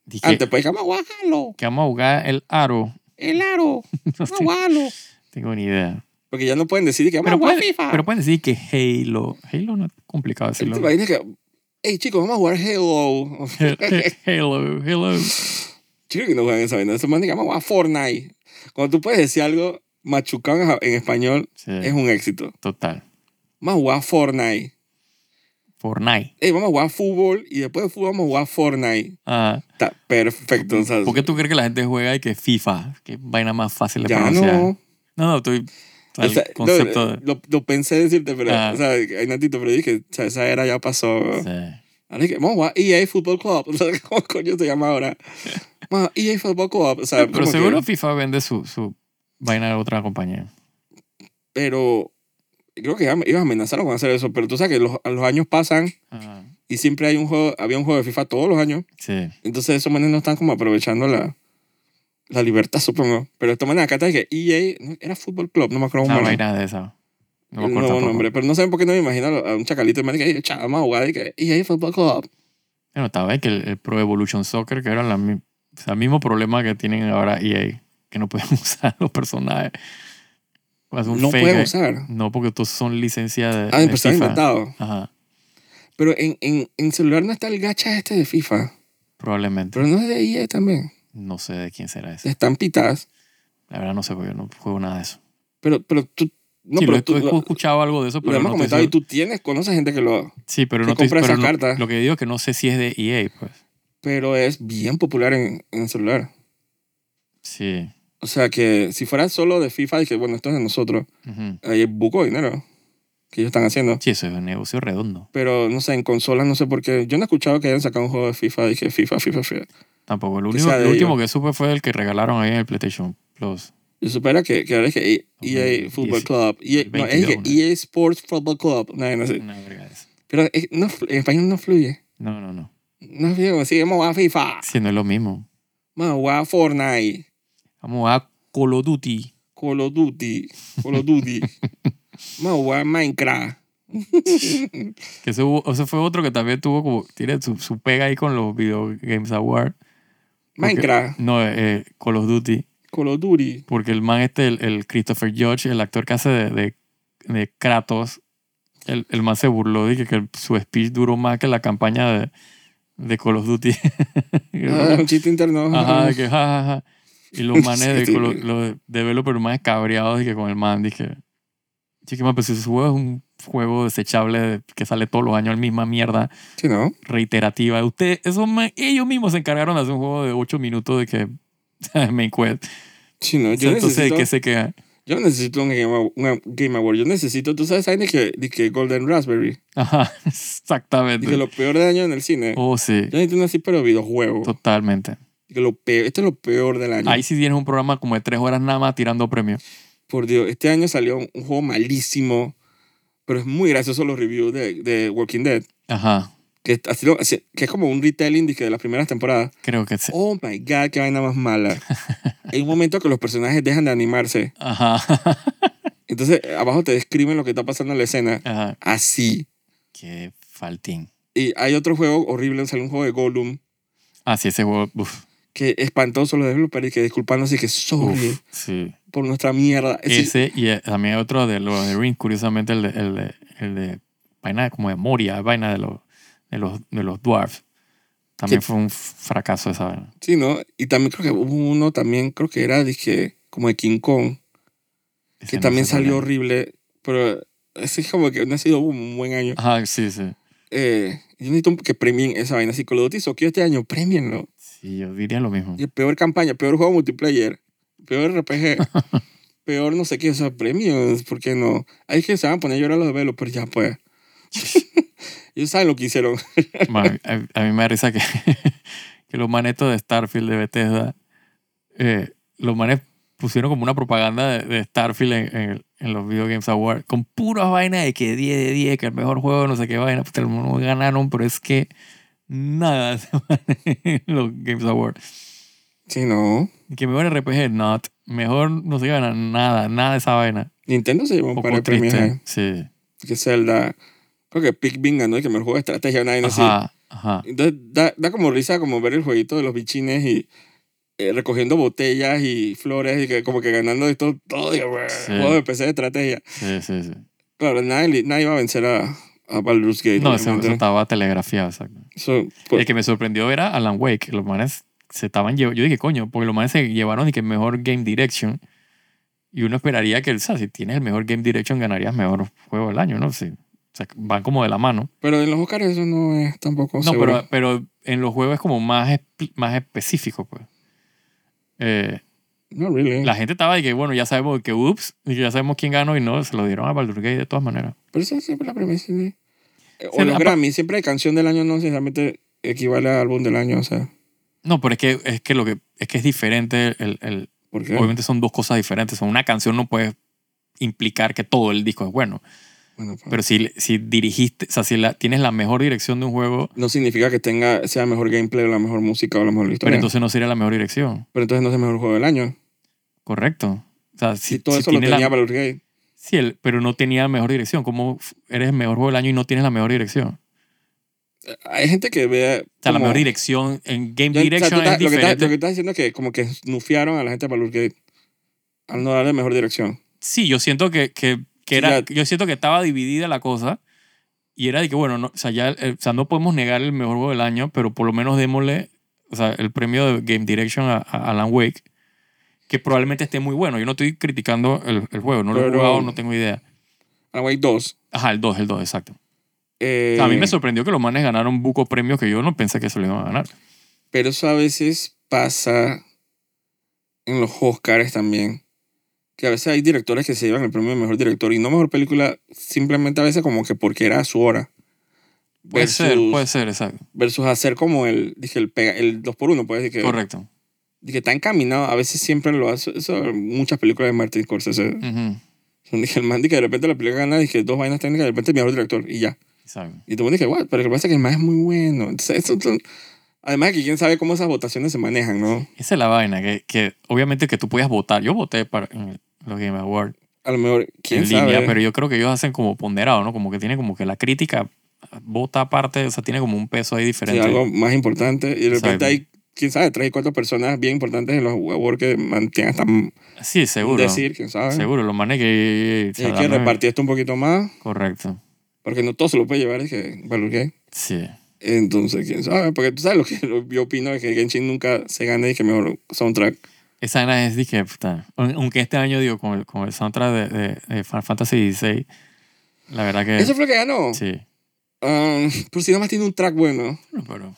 Speaker 2: Dije
Speaker 1: antes pues llama Halo,
Speaker 2: que vamos a jugar el aro.
Speaker 1: el aro,
Speaker 2: No
Speaker 1: ah,
Speaker 2: tengo-
Speaker 1: Halo.
Speaker 2: tengo ni idea.
Speaker 1: Porque ya no pueden decir que vamos a
Speaker 2: Pero
Speaker 1: jugar
Speaker 2: pueden,
Speaker 1: FIFA.
Speaker 2: pero pueden decir que Halo. Halo no es complicado
Speaker 1: ¿Te
Speaker 2: decirlo.
Speaker 1: imaginas que, hey chicos, vamos a jugar Halo?
Speaker 2: Halo, Halo.
Speaker 1: Chicos que no juegan esa vaina, esos manes que vamos a jugar Fortnite. Cuando tú puedes decir algo machucado en ja- en español,
Speaker 2: Sí,
Speaker 1: es un éxito.
Speaker 2: total.
Speaker 1: Vamos a jugar Fortnite.
Speaker 2: Fortnite.
Speaker 1: Hey, vamos a jugar fútbol y después de fútbol vamos a jugar Fortnite.
Speaker 2: Ah,
Speaker 1: Está perfecto. O sea,
Speaker 2: ¿Por qué tú crees que la gente juega y que FIFA? Que vaina más fácil de
Speaker 1: ya
Speaker 2: pronunciar.
Speaker 1: no.
Speaker 2: No, no, estoy. El
Speaker 1: O sea, no,
Speaker 2: concepto de.
Speaker 1: lo, lo pensé decirte, pero,
Speaker 2: Ah.
Speaker 1: o sea, hay Natito, pero dije, o sea, esa era ya pasó.
Speaker 2: Sí.
Speaker 1: Ahora es que, vamos a jugar EA Football Club. O sea, ¿cómo coño se llama ahora? Vamos a jugar EA Football Club. O sea,
Speaker 2: Pero
Speaker 1: como que-
Speaker 2: seguro FIFA vende su, su vaina de otra compañía.
Speaker 1: pero creo que ya me- ellos amenazaron con hacer eso, pero tú sabes que los, los años pasan
Speaker 2: Ah,
Speaker 1: y siempre hay un juego, había un juego de FIFA todos los años,
Speaker 2: sí.
Speaker 1: entonces esos manes no están como aprovechando la, la libertad, supongo. Pero estos manes acá está que EA, no, era Fútbol Club, no me acuerdo
Speaker 2: Una
Speaker 1: cómo era.
Speaker 2: vaina de esa. No
Speaker 1: el
Speaker 2: me acuerdo
Speaker 1: nuevo
Speaker 2: tampoco.
Speaker 1: nombre, pero no saben por qué no me imagino a un chacalito de man que chama jugada y que EA Fútbol Club.
Speaker 2: Bueno, estaba ahí que el, el Pro Evolution Soccer, que era la mi- o sea, el mismo problema que tienen ahora EA, que no pueden usar los personajes. Hace un
Speaker 1: No
Speaker 2: fake,
Speaker 1: pueden
Speaker 2: eh.
Speaker 1: usar.
Speaker 2: No, porque todos son licencias de,
Speaker 1: Ah,
Speaker 2: de
Speaker 1: pero están
Speaker 2: FIFA.
Speaker 1: inventado.
Speaker 2: Ajá,
Speaker 1: Pero en, en, en celular no está el gacha este de FIFA,
Speaker 2: probablemente.
Speaker 1: pero no es de EA también,
Speaker 2: No sé de quién será
Speaker 1: de
Speaker 2: ese.
Speaker 1: estampitas.
Speaker 2: La verdad no sé, porque yo no juego nada de eso.
Speaker 1: Pero, pero tú, no,
Speaker 2: sí,
Speaker 1: pero
Speaker 2: lo-
Speaker 1: tú,
Speaker 2: he escuchado algo de eso,
Speaker 1: Lo
Speaker 2: pero
Speaker 1: hemos
Speaker 2: no estoy
Speaker 1: comentado y
Speaker 2: seguro.
Speaker 1: tú tienes, conoces gente que lo
Speaker 2: Sí, pero
Speaker 1: que
Speaker 2: no estoy
Speaker 1: compra
Speaker 2: pero
Speaker 1: esas
Speaker 2: no-
Speaker 1: cartas.
Speaker 2: Lo que digo es que no sé si es de EA, pues.
Speaker 1: pero es bien popular en, en celular.
Speaker 2: Sí.
Speaker 1: O sea que si fuera solo de FIFA, y que bueno, esto es de nosotros,
Speaker 2: Ujú.
Speaker 1: ahí es buco de dinero que ellos están haciendo.
Speaker 2: Sí, eso es un negocio redondo.
Speaker 1: Pero no sé, en consolas, no sé por qué. Yo no he escuchado que hayan sacado un juego de FIFA, dije FIFA, FIFA, FIFA.
Speaker 2: Tampoco. Lo,
Speaker 1: Que
Speaker 2: único,
Speaker 1: sea de
Speaker 2: lo último que supe fue el que regalaron ahí en el PlayStation Plus.
Speaker 1: Yo supera que, que ahora es que E EA,
Speaker 2: Diez-
Speaker 1: Football Club, EA, no, es que
Speaker 2: 22, ¿no?
Speaker 1: EA Sports Football Club, no, no sé.
Speaker 2: Una verga de esa.
Speaker 1: Pero es- no, flu- en español no fluye.
Speaker 2: No, no, no.
Speaker 1: No fluye como si vamos a jugar FIFA,
Speaker 2: Sí, no es lo mismo.
Speaker 1: vamos a jugar Fortnite.
Speaker 2: Vamos a Call of Duty.
Speaker 1: Call of Duty. Call of Duty. Vamos a jugar Minecraft.
Speaker 2: Que eso, hubo- eso fue otro que también tuvo como. Tiene su, su pega ahí con los Video Games Awards.
Speaker 1: Minecraft.
Speaker 2: No, eh, Call of Duty.
Speaker 1: Call of Duty.
Speaker 2: Porque el man este, el, el Christopher Judge, el actor que hace de, de, de Kratos, el, el man se burló de que, que su speech duró más que la campaña de, de Call of Duty.
Speaker 1: Ah, un chiste interno.
Speaker 2: Ajá, de que ja, ja, ja. Y los manes de,
Speaker 1: Sí.
Speaker 2: los, los developers más cabreados dije, con el man, dije, chiqui, man, pero si su juego es un juego desechable de- que sale todos los años, la misma mierda
Speaker 1: Sí, ¿no?
Speaker 2: reiterativa. Usted, esos man- ellos mismos se encargaron de hacer un juego de 8 minutos de que main quest.
Speaker 1: Sí, no. Yo
Speaker 2: Entonces, ¿de
Speaker 1: necesito,
Speaker 2: qué se quejan?
Speaker 1: yo necesito un Game, Awa- un Game Award. Yo necesito, tú sabes, ¿sabes de que, de que Golden Raspberry?
Speaker 2: Ajá,
Speaker 1: De que
Speaker 2: exactamente.
Speaker 1: lo peor del año en el cine.
Speaker 2: Oh, sí,
Speaker 1: Yo necesito una así, pero videojuego.
Speaker 2: totalmente.
Speaker 1: De que lo peor, esto es lo peor del año.
Speaker 2: Ahí sí tienes un programa como de tres horas nada más tirando premios.
Speaker 1: Por Dios, este año salió un, un juego malísimo. Pero es muy gracioso los reviews de, de Walking Dead.
Speaker 2: Ajá,
Speaker 1: Que, ha sido- que es como un retelling de que de las primeras temporadas.
Speaker 2: creo que sí.
Speaker 1: Oh my god, qué vaina más mala. Hay un momento que los personajes dejan de animarse.
Speaker 2: Ajá,
Speaker 1: Entonces, abajo te describen lo que está pasando en la escena.
Speaker 2: ajá.
Speaker 1: Así.
Speaker 2: Qué faltín.
Speaker 1: Y hay otro juego horrible, sale un juego de Gollum,
Speaker 2: Ah, sí, ese juego. Uf,
Speaker 1: que espantoso los developers y que disculpándose que sorry
Speaker 2: uf, sí.
Speaker 1: por nuestra mierda. Es decir,
Speaker 2: Ese y eh, también hay otro de los de Ring, curiosamente, el de, el de, el de vaina de- como de Moria, vaina de los, de los, de los dwarfs. También
Speaker 1: Sí.
Speaker 2: fue un fracaso esa vaina.
Speaker 1: sí, ¿no? Y también creo que hubo uno, también creo que era, dije, como de King Kong,
Speaker 2: Ese
Speaker 1: que
Speaker 2: no
Speaker 1: también
Speaker 2: sé cuál
Speaker 1: salió
Speaker 2: es.
Speaker 1: horrible, pero ese es como que no ha sido un buen año.
Speaker 2: Ajá, sí, sí.
Speaker 1: Eh, yo necesito que premien esa vaina. Si Call of Duty soqueó este año, premienlo.
Speaker 2: Sí, yo diría lo mismo.
Speaker 1: Y peor campaña, peor juego multiplayer, peor RPG, peor no sé qué, o sea, premios, ¿por qué no? Ahí es que se van a poner a llorar los velos, pero ya pues. Ellos saben lo que hicieron.
Speaker 2: Bueno, a, a mí me da risa que, que los manetos de Starfield, de Bethesda, eh, los manes pusieron como una propaganda de, de Starfield en, en el- en los Video Games Awards con puras vainas de que 10 de 10, que el mejor juego, no sé qué vaina, pues te lo- no ganaron, pero es que nada en los Games Awards.
Speaker 1: Sí, no.
Speaker 2: Que mejor RPG, not. Mejor no se gana nada, nada de esa vaina.
Speaker 1: Nintendo se llevó un
Speaker 2: Un poco
Speaker 1: par de premios.
Speaker 2: triste.
Speaker 1: ¿eh?
Speaker 2: Sí.
Speaker 1: Que Zelda. Creo que Pikmin ganó el que mejor juego de estrategia, una vaina así.
Speaker 2: Ajá, ajá.
Speaker 1: Entonces da, da como risa como ver el jueguito de los bichines y eh, recogiendo botellas y flores y que como que ganando de todo, todo digo, "Bueno,
Speaker 2: Sí.
Speaker 1: juego de PC de estrategia.
Speaker 2: Sí, sí, sí.
Speaker 1: Claro, nadie, nadie iba a vencer a, a Baldur's Gate.
Speaker 2: No, eso, eso
Speaker 1: obviamente.
Speaker 2: estaba telegrafiado, exacto.
Speaker 1: Eso, pues,
Speaker 2: El que me sorprendió era Alan Wake. Los manes se estaban llevando. Yo dije, coño, porque los manes se llevaron y que mejor Game Direction. Y uno esperaría que, o sea, si tienes el mejor Game Direction, ganarías mejor juego del año, ¿no? Sí. O sea, van como de la mano.
Speaker 1: pero en los Oscars eso no es tampoco
Speaker 2: No,
Speaker 1: seguro.
Speaker 2: pero, pero en los juegos es como más, espe- más específico, pues. Eh,
Speaker 1: No, really.
Speaker 2: la gente estaba de que, bueno, ya sabemos que, ups, y que ya sabemos quién ganó y no, se lo dieron a Baldur's Gate de todas maneras.
Speaker 1: Pero esa es siempre la premisa. ¿sí? Eh,
Speaker 2: Sí,
Speaker 1: O los
Speaker 2: apa-
Speaker 1: Grammy, siempre hay canción del año, no necesariamente equivale a álbum del año, o sea,
Speaker 2: No, pero es que es, que lo que, es, que es diferente el, el,
Speaker 1: ¿por qué?
Speaker 2: Obviamente son dos cosas diferentes. O sea, Una canción no puede implicar que todo el disco es bueno.
Speaker 1: Bueno, pues,
Speaker 2: Pero si, si dirigiste, o sea, si la- tienes la mejor dirección de un juego,
Speaker 1: no significa que tenga, sea mejor gameplay o la mejor música o la mejor historia.
Speaker 2: pero entonces no sería la mejor dirección.
Speaker 1: no es el mejor juego del año.
Speaker 2: Correcto. O sea, si,
Speaker 1: Si, todo
Speaker 2: si
Speaker 1: eso lo
Speaker 2: tienes la-
Speaker 1: tenía Baldur's Gate.
Speaker 2: sí, el- pero no tenía mejor dirección. ¿Cómo f- eres el mejor juego del año y no tienes la mejor dirección?
Speaker 1: Hay gente que ve.
Speaker 2: O sea, la
Speaker 1: como-
Speaker 2: mejor dirección en Game
Speaker 1: Yo- o sea, tú estás- lo,
Speaker 2: Direction es
Speaker 1: que estás,
Speaker 2: diferente.
Speaker 1: lo que estás diciendo es que como que snufiaron a la gente de Baldur's Gate al no darle mejor dirección.
Speaker 2: Sí, yo siento que, que, que
Speaker 1: Sí,
Speaker 2: era,
Speaker 1: ya.
Speaker 2: yo siento que estaba dividida la cosa y era de que, bueno, no, o, sea, ya, eh, o sea, no podemos negar el mejor juego del año, pero por lo menos démosle o sea, el premio de Game Direction a, a Alan Wake, que probablemente esté muy bueno. Yo no estoy criticando el, el juego, no lo he
Speaker 1: Pero-
Speaker 2: jugado, no tengo idea.
Speaker 1: Alan Wake 2.
Speaker 2: Ajá, el 2, el 2, exacto.
Speaker 1: eh,
Speaker 2: O sea, a mí me sorprendió que los manes ganaron buco premios que yo no pensé que se lo iban a ganar.
Speaker 1: Pero eso a veces pasa en los Oscars también. Que a veces hay directores que se llevan el premio de mejor director y no mejor película, simplemente a veces como que porque era a su hora.
Speaker 2: Puede
Speaker 1: Versus,
Speaker 2: ser, puede ser, exacto.
Speaker 1: versus hacer como el, dije, el, pega- el 2x1, puedes decir pues, que,
Speaker 2: Correcto.
Speaker 1: de que está encaminado, a veces siempre lo hace. Eso muchas películas de Martin Scorsese.
Speaker 2: Ujú,
Speaker 1: Son, Dije, el man, dije, de repente la película gana, dije, dos vainas técnicas, de repente el mejor director y ya.
Speaker 2: exacto.
Speaker 1: Y tú me dije, what? Pero lo que pasa es que el man es muy bueno. Entonces, eso- eso- además que quién sabe cómo esas votaciones se manejan, ¿no?
Speaker 2: Esa es la vaina, que, que obviamente que tú podías votar. Yo voté para en el- los Game Awards.
Speaker 1: A lo mejor, quién
Speaker 2: en línea,
Speaker 1: sabe.
Speaker 2: pero yo creo que ellos hacen como ponderado, ¿no? Como que tiene como que la crítica vota aparte, o sea, tiene como un peso ahí
Speaker 1: Sí,
Speaker 2: diferente.
Speaker 1: algo más importante. Y de
Speaker 2: Exacto.
Speaker 1: repente hay, quién sabe, tres y cuatro personas bien importantes en los awards que mantienen hasta m-
Speaker 2: sí, seguro.
Speaker 1: decir, quién sabe.
Speaker 2: Seguro, los manes que... o
Speaker 1: Y
Speaker 2: sea,
Speaker 1: hay que
Speaker 2: dame-
Speaker 1: repartir esto un poquito más,
Speaker 2: Correcto.
Speaker 1: porque no todo se lo puede llevar, es que, ¿por qué?
Speaker 2: Sí.
Speaker 1: Entonces, quién sabe, porque tú sabes lo que lo- yo opino es que Genshin nunca se gana y que mejor soundtrack.
Speaker 2: Eh. Esa era es, dije, puta. Aunque este año, digo, con el, con el soundtrack de, de- de Final Fantasy XVI, la verdad que...
Speaker 1: Eso fue lo que ganó.
Speaker 2: Sí.
Speaker 1: Ah, pero si nada más tiene un track bueno,
Speaker 2: Bueno, pero... o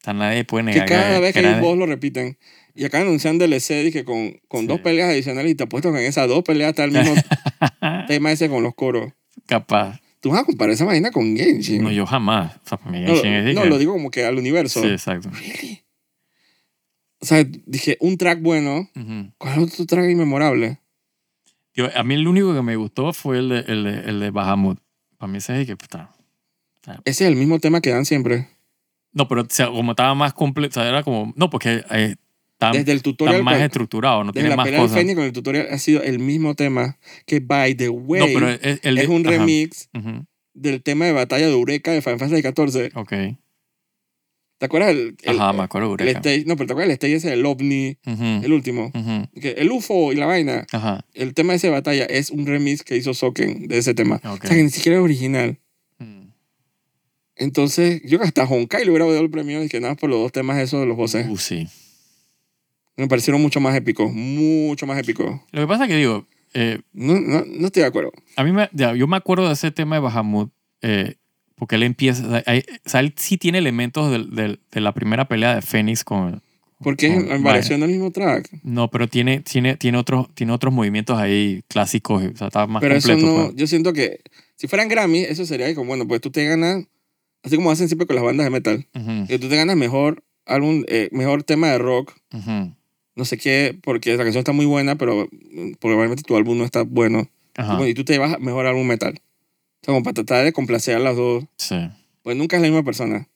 Speaker 2: sea, nadie puede
Speaker 1: que
Speaker 2: negar
Speaker 1: cada vez que
Speaker 2: era
Speaker 1: hay un
Speaker 2: de-
Speaker 1: boss lo repiten. Y acá anuncian DLC dije, con, con
Speaker 2: Sí.
Speaker 1: dos peleas adicionales y te apuesto que en esas dos peleas está el mismo tema ese con los coros.
Speaker 2: Capaz.
Speaker 1: Tú vas a comparar esa vaina con Genshin.
Speaker 2: No, yo jamás. O sea, para mí
Speaker 1: No,
Speaker 2: Genshin es,
Speaker 1: no,
Speaker 2: dije,
Speaker 1: lo digo como que al universo.
Speaker 2: Sí, exacto.
Speaker 1: Really? O sea, dije, un track bueno,
Speaker 2: Ujú.
Speaker 1: ¿cuál es tu track inmemorable?
Speaker 2: Yo- a mí el único que me gustó fue el de, el de, el de Bahamut. Para mí ese es el que puta.
Speaker 1: Ese es el mismo tema que dan siempre.
Speaker 2: No, pero o sea, como estaba más completo, era como... No, porque eh, tan,
Speaker 1: Desde el
Speaker 2: tan
Speaker 1: tutorial,
Speaker 2: más
Speaker 1: cuando-
Speaker 2: estructurado, no
Speaker 1: desde
Speaker 2: tiene
Speaker 1: la
Speaker 2: más
Speaker 1: pelea del
Speaker 2: cosas.
Speaker 1: Fénix con el tutorial ha sido el mismo tema que, by the way,
Speaker 2: No, pero el, el de-
Speaker 1: es un
Speaker 2: ajá.
Speaker 1: remix
Speaker 2: Ujú,
Speaker 1: del tema de batalla de Eureka de Final Fantasy XIV.
Speaker 2: Ok.
Speaker 1: ¿Te acuerdas? El, el-
Speaker 2: Ajá, me acuerdo.
Speaker 1: el
Speaker 2: Eureka.
Speaker 1: stage, no, pero ¿te acuerdas el stage ese del OVNI,
Speaker 2: Ujú,
Speaker 1: el último?
Speaker 2: ujú,
Speaker 1: Que El UFO y la vaina.
Speaker 2: Ajá.
Speaker 1: El tema de esa batalla es un remix que hizo Soken de ese tema.
Speaker 2: Ok.
Speaker 1: O sea, que ni siquiera es original.
Speaker 2: Mm.
Speaker 1: Entonces, yo creo que hasta Honkai le hubiera dado el premio y que nada por los dos temas esos de los voces.
Speaker 2: Uh, sí.
Speaker 1: Me parecieron mucho más épicos, mucho más épicos.
Speaker 2: Lo que pasa es que digo, eh,
Speaker 1: No, no, no estoy de acuerdo.
Speaker 2: a mí me, ya, yo me acuerdo de ese tema de Bahamut, eh, porque él empieza, o sea, hay- o sea, él sí tiene elementos del- del- de la primera pelea de Fénix con...
Speaker 1: Porque
Speaker 2: con-
Speaker 1: me pareció en el mismo track.
Speaker 2: No, pero tiene, tiene, tiene, otros, tiene otros movimientos ahí clásicos. O sea, está más
Speaker 1: Pero eso
Speaker 2: completo.
Speaker 1: no,
Speaker 2: pues.
Speaker 1: yo siento que si fueran Grammy, eso sería como, bueno, pues tú te ganas, así como hacen siempre con las bandas de metal,
Speaker 2: Ujú,
Speaker 1: que tú te ganas mejor álbum, eh, mejor tema de rock,
Speaker 2: ujú,
Speaker 1: no sé qué, porque la canción está muy buena, pero mm, probablemente tu álbum no está bueno.
Speaker 2: Ajá.
Speaker 1: Y tú te vas mejor álbum metal. O sea, como para tratar de complacer a las dos,
Speaker 2: Sí.
Speaker 1: pues nunca es la misma persona.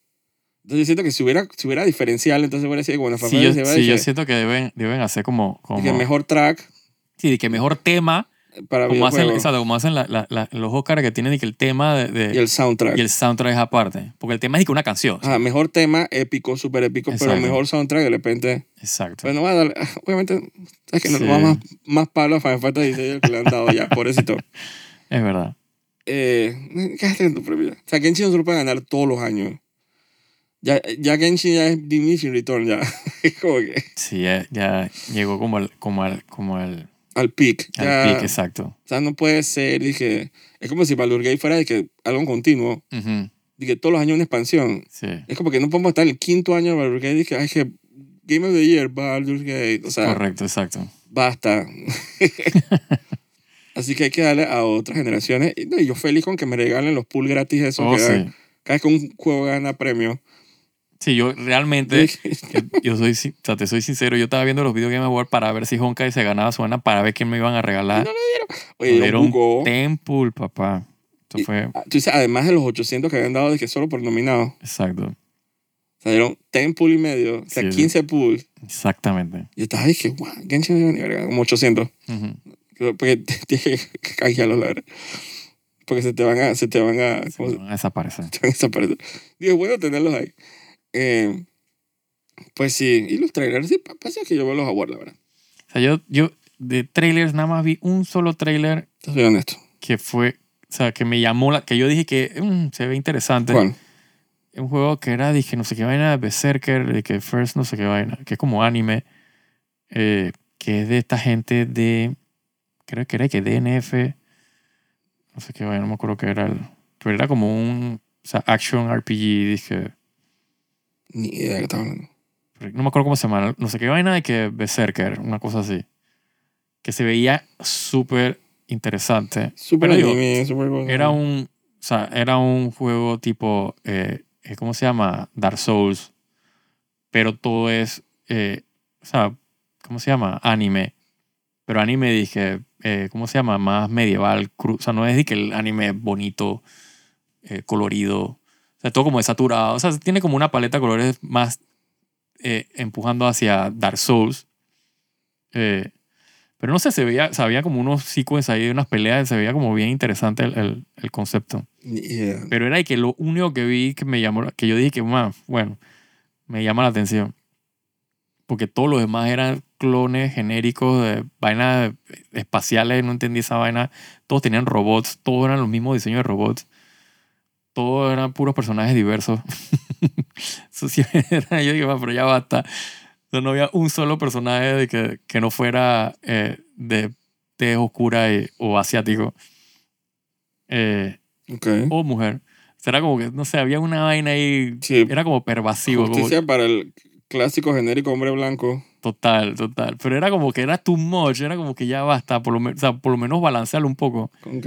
Speaker 1: Entonces yo siento que si hubiera, si hubiera diferencial, entonces hubiera sido como la
Speaker 2: Sí, yo, sí, yo siento que deben, deben hacer como... como
Speaker 1: que mejor track
Speaker 2: sí, de que mejor tema,
Speaker 1: para
Speaker 2: como hacen,
Speaker 1: videojuegos.
Speaker 2: exacto, como hacen la- la- la- los Oscars que tienen y que el tema de, de-
Speaker 1: y el soundtrack.
Speaker 2: y el soundtrack es aparte. Porque el tema es y que una canción.
Speaker 1: Ajá, mejor tema, épico, súper épico, pero
Speaker 2: Exacto.
Speaker 1: mejor soundtrack de repente.
Speaker 2: Exacto.
Speaker 1: Bueno, va a darle- ah, obviamente, es que no
Speaker 2: Sí.
Speaker 1: nos va más, más palo a Final Fantasy VI que le han dado ya, pobrecito.
Speaker 2: Es verdad.
Speaker 1: Eh, quédate con tu propia. O sea, Genshin no se lo puede ganar todos los años. Ya, ya Genshin ya es Diminishing Return, ya. Es como que
Speaker 2: Sí, ya, ya llegó como el, como al como el,
Speaker 1: al peak.
Speaker 2: al
Speaker 1: Ya,
Speaker 2: peak, exacto.
Speaker 1: O sea, no puede ser, dije. Es como si Baldur Gate fuera de que algo continuo,
Speaker 2: Ujú,
Speaker 1: de que todos los años una expansión.
Speaker 2: Sí,
Speaker 1: Es como que no podemos estar en el quinto año de Baldur Gate, dije, ay, que Game of the Year, Baldur Gate. O sea,
Speaker 2: correcto, exacto.
Speaker 1: basta. Así que hay que darle a otras generaciones. Y no, y yo feliz con que me regalen los pool gratis, eso.
Speaker 2: Oh,
Speaker 1: que dan.
Speaker 2: sí.
Speaker 1: Cada vez que un juego gana premio.
Speaker 2: Sí, yo realmente, yo, yo soy, si- o sea, te soy sincero, yo estaba viendo los Video Game Awards para ver si Honkai se ganaba su Ana, para ver quién me iban a regalar.
Speaker 1: No Oye,
Speaker 2: Era
Speaker 1: yo
Speaker 2: un
Speaker 1: jugó.
Speaker 2: Temple, papá. Esto
Speaker 1: Y-
Speaker 2: fue,
Speaker 1: Ah, Tú dices, además de los 800 que habían dado de que solo por nominado,
Speaker 2: exacto,
Speaker 1: salieron 10 pool y medio, o sea,
Speaker 2: Sí, sí.
Speaker 1: 15 pools.
Speaker 2: exactamente.
Speaker 1: Y estaba dije, guau, Genshin no iba ni verga, como 800.
Speaker 2: Ujú.
Speaker 1: Porque tienes que canjearlo, la verdad. Porque se te van a, se te van a,
Speaker 2: Sí,
Speaker 1: ¿cómo se-
Speaker 2: van a desaparecer.
Speaker 1: se te van a desaparecer. Digo, bueno tenerlos ahí. Eh, pues sí, y los trailers, sí, pa- pasa que yo veo los awards, la verdad.
Speaker 2: O sea, yo, yo de trailers nada más vi un solo trailer
Speaker 1: Te soy honesto.
Speaker 2: que fue, o sea, que me llamó, la, que yo dije que "Mm, se ve interesante.
Speaker 1: Juan,
Speaker 2: un juego que era, dije, no sé qué vaina, Berserker, de que First, no sé qué vaina, que es como anime, eh, que es de esta gente de, creo que era que DNF, no sé qué vaina, no me acuerdo qué era, el, pero era como un, o sea, action RPG, dije,
Speaker 1: ni idea de qué estaba hablando.
Speaker 2: pero no me acuerdo cómo se llama, no sé qué vaina de que Berserker, una cosa así, que se veía súper interesante.
Speaker 1: Super
Speaker 2: Pero digo,
Speaker 1: anime, super cosa.
Speaker 2: Era un, o sea, era un juego tipo, eh, eh, ¿cómo se llama? Dark Souls, pero todo es, eh, o sea, ¿cómo se llama? Anime. Pero anime, dije, eh, ¿cómo se llama? Más medieval, cru- o sea, no es de que el anime bonito, eh, colorido, o sea, todo como desaturado, o sea, tiene como una paleta de colores más eh, empujando hacia Dark Souls. Eh, pero no sé, se veía, se veía como unos sequences ahí de unas peleas, se veía como bien interesante el, el- el concepto.
Speaker 1: Ni idea.
Speaker 2: Pero era de que lo único que vi que me llamó, la- que yo dije que, "Ma, bueno, me llama la atención. Porque todos los demás eran clones genéricos de vainas espaciales, no entendí esa vaina. Todos tenían robots, todos eran los mismos diseños de robots. Todos eran puros personajes diversos. Eso sí era- yo dije, "Ma, pero ya basta. O sea, no había un solo personaje de que, que no fuera eh, de tez oscura y- o asiático. Eh,
Speaker 1: Ok.
Speaker 2: o mujer. Será como que, no sé, había una vaina ahí.
Speaker 1: Sí,
Speaker 2: Era como pervasivo, como
Speaker 1: justicia para el clásico genérico hombre blanco.
Speaker 2: total, total. Pero era como que era too much, era como que ya basta, por lo, menos o sea, por lo menos balancearlo un poco.
Speaker 1: Ok.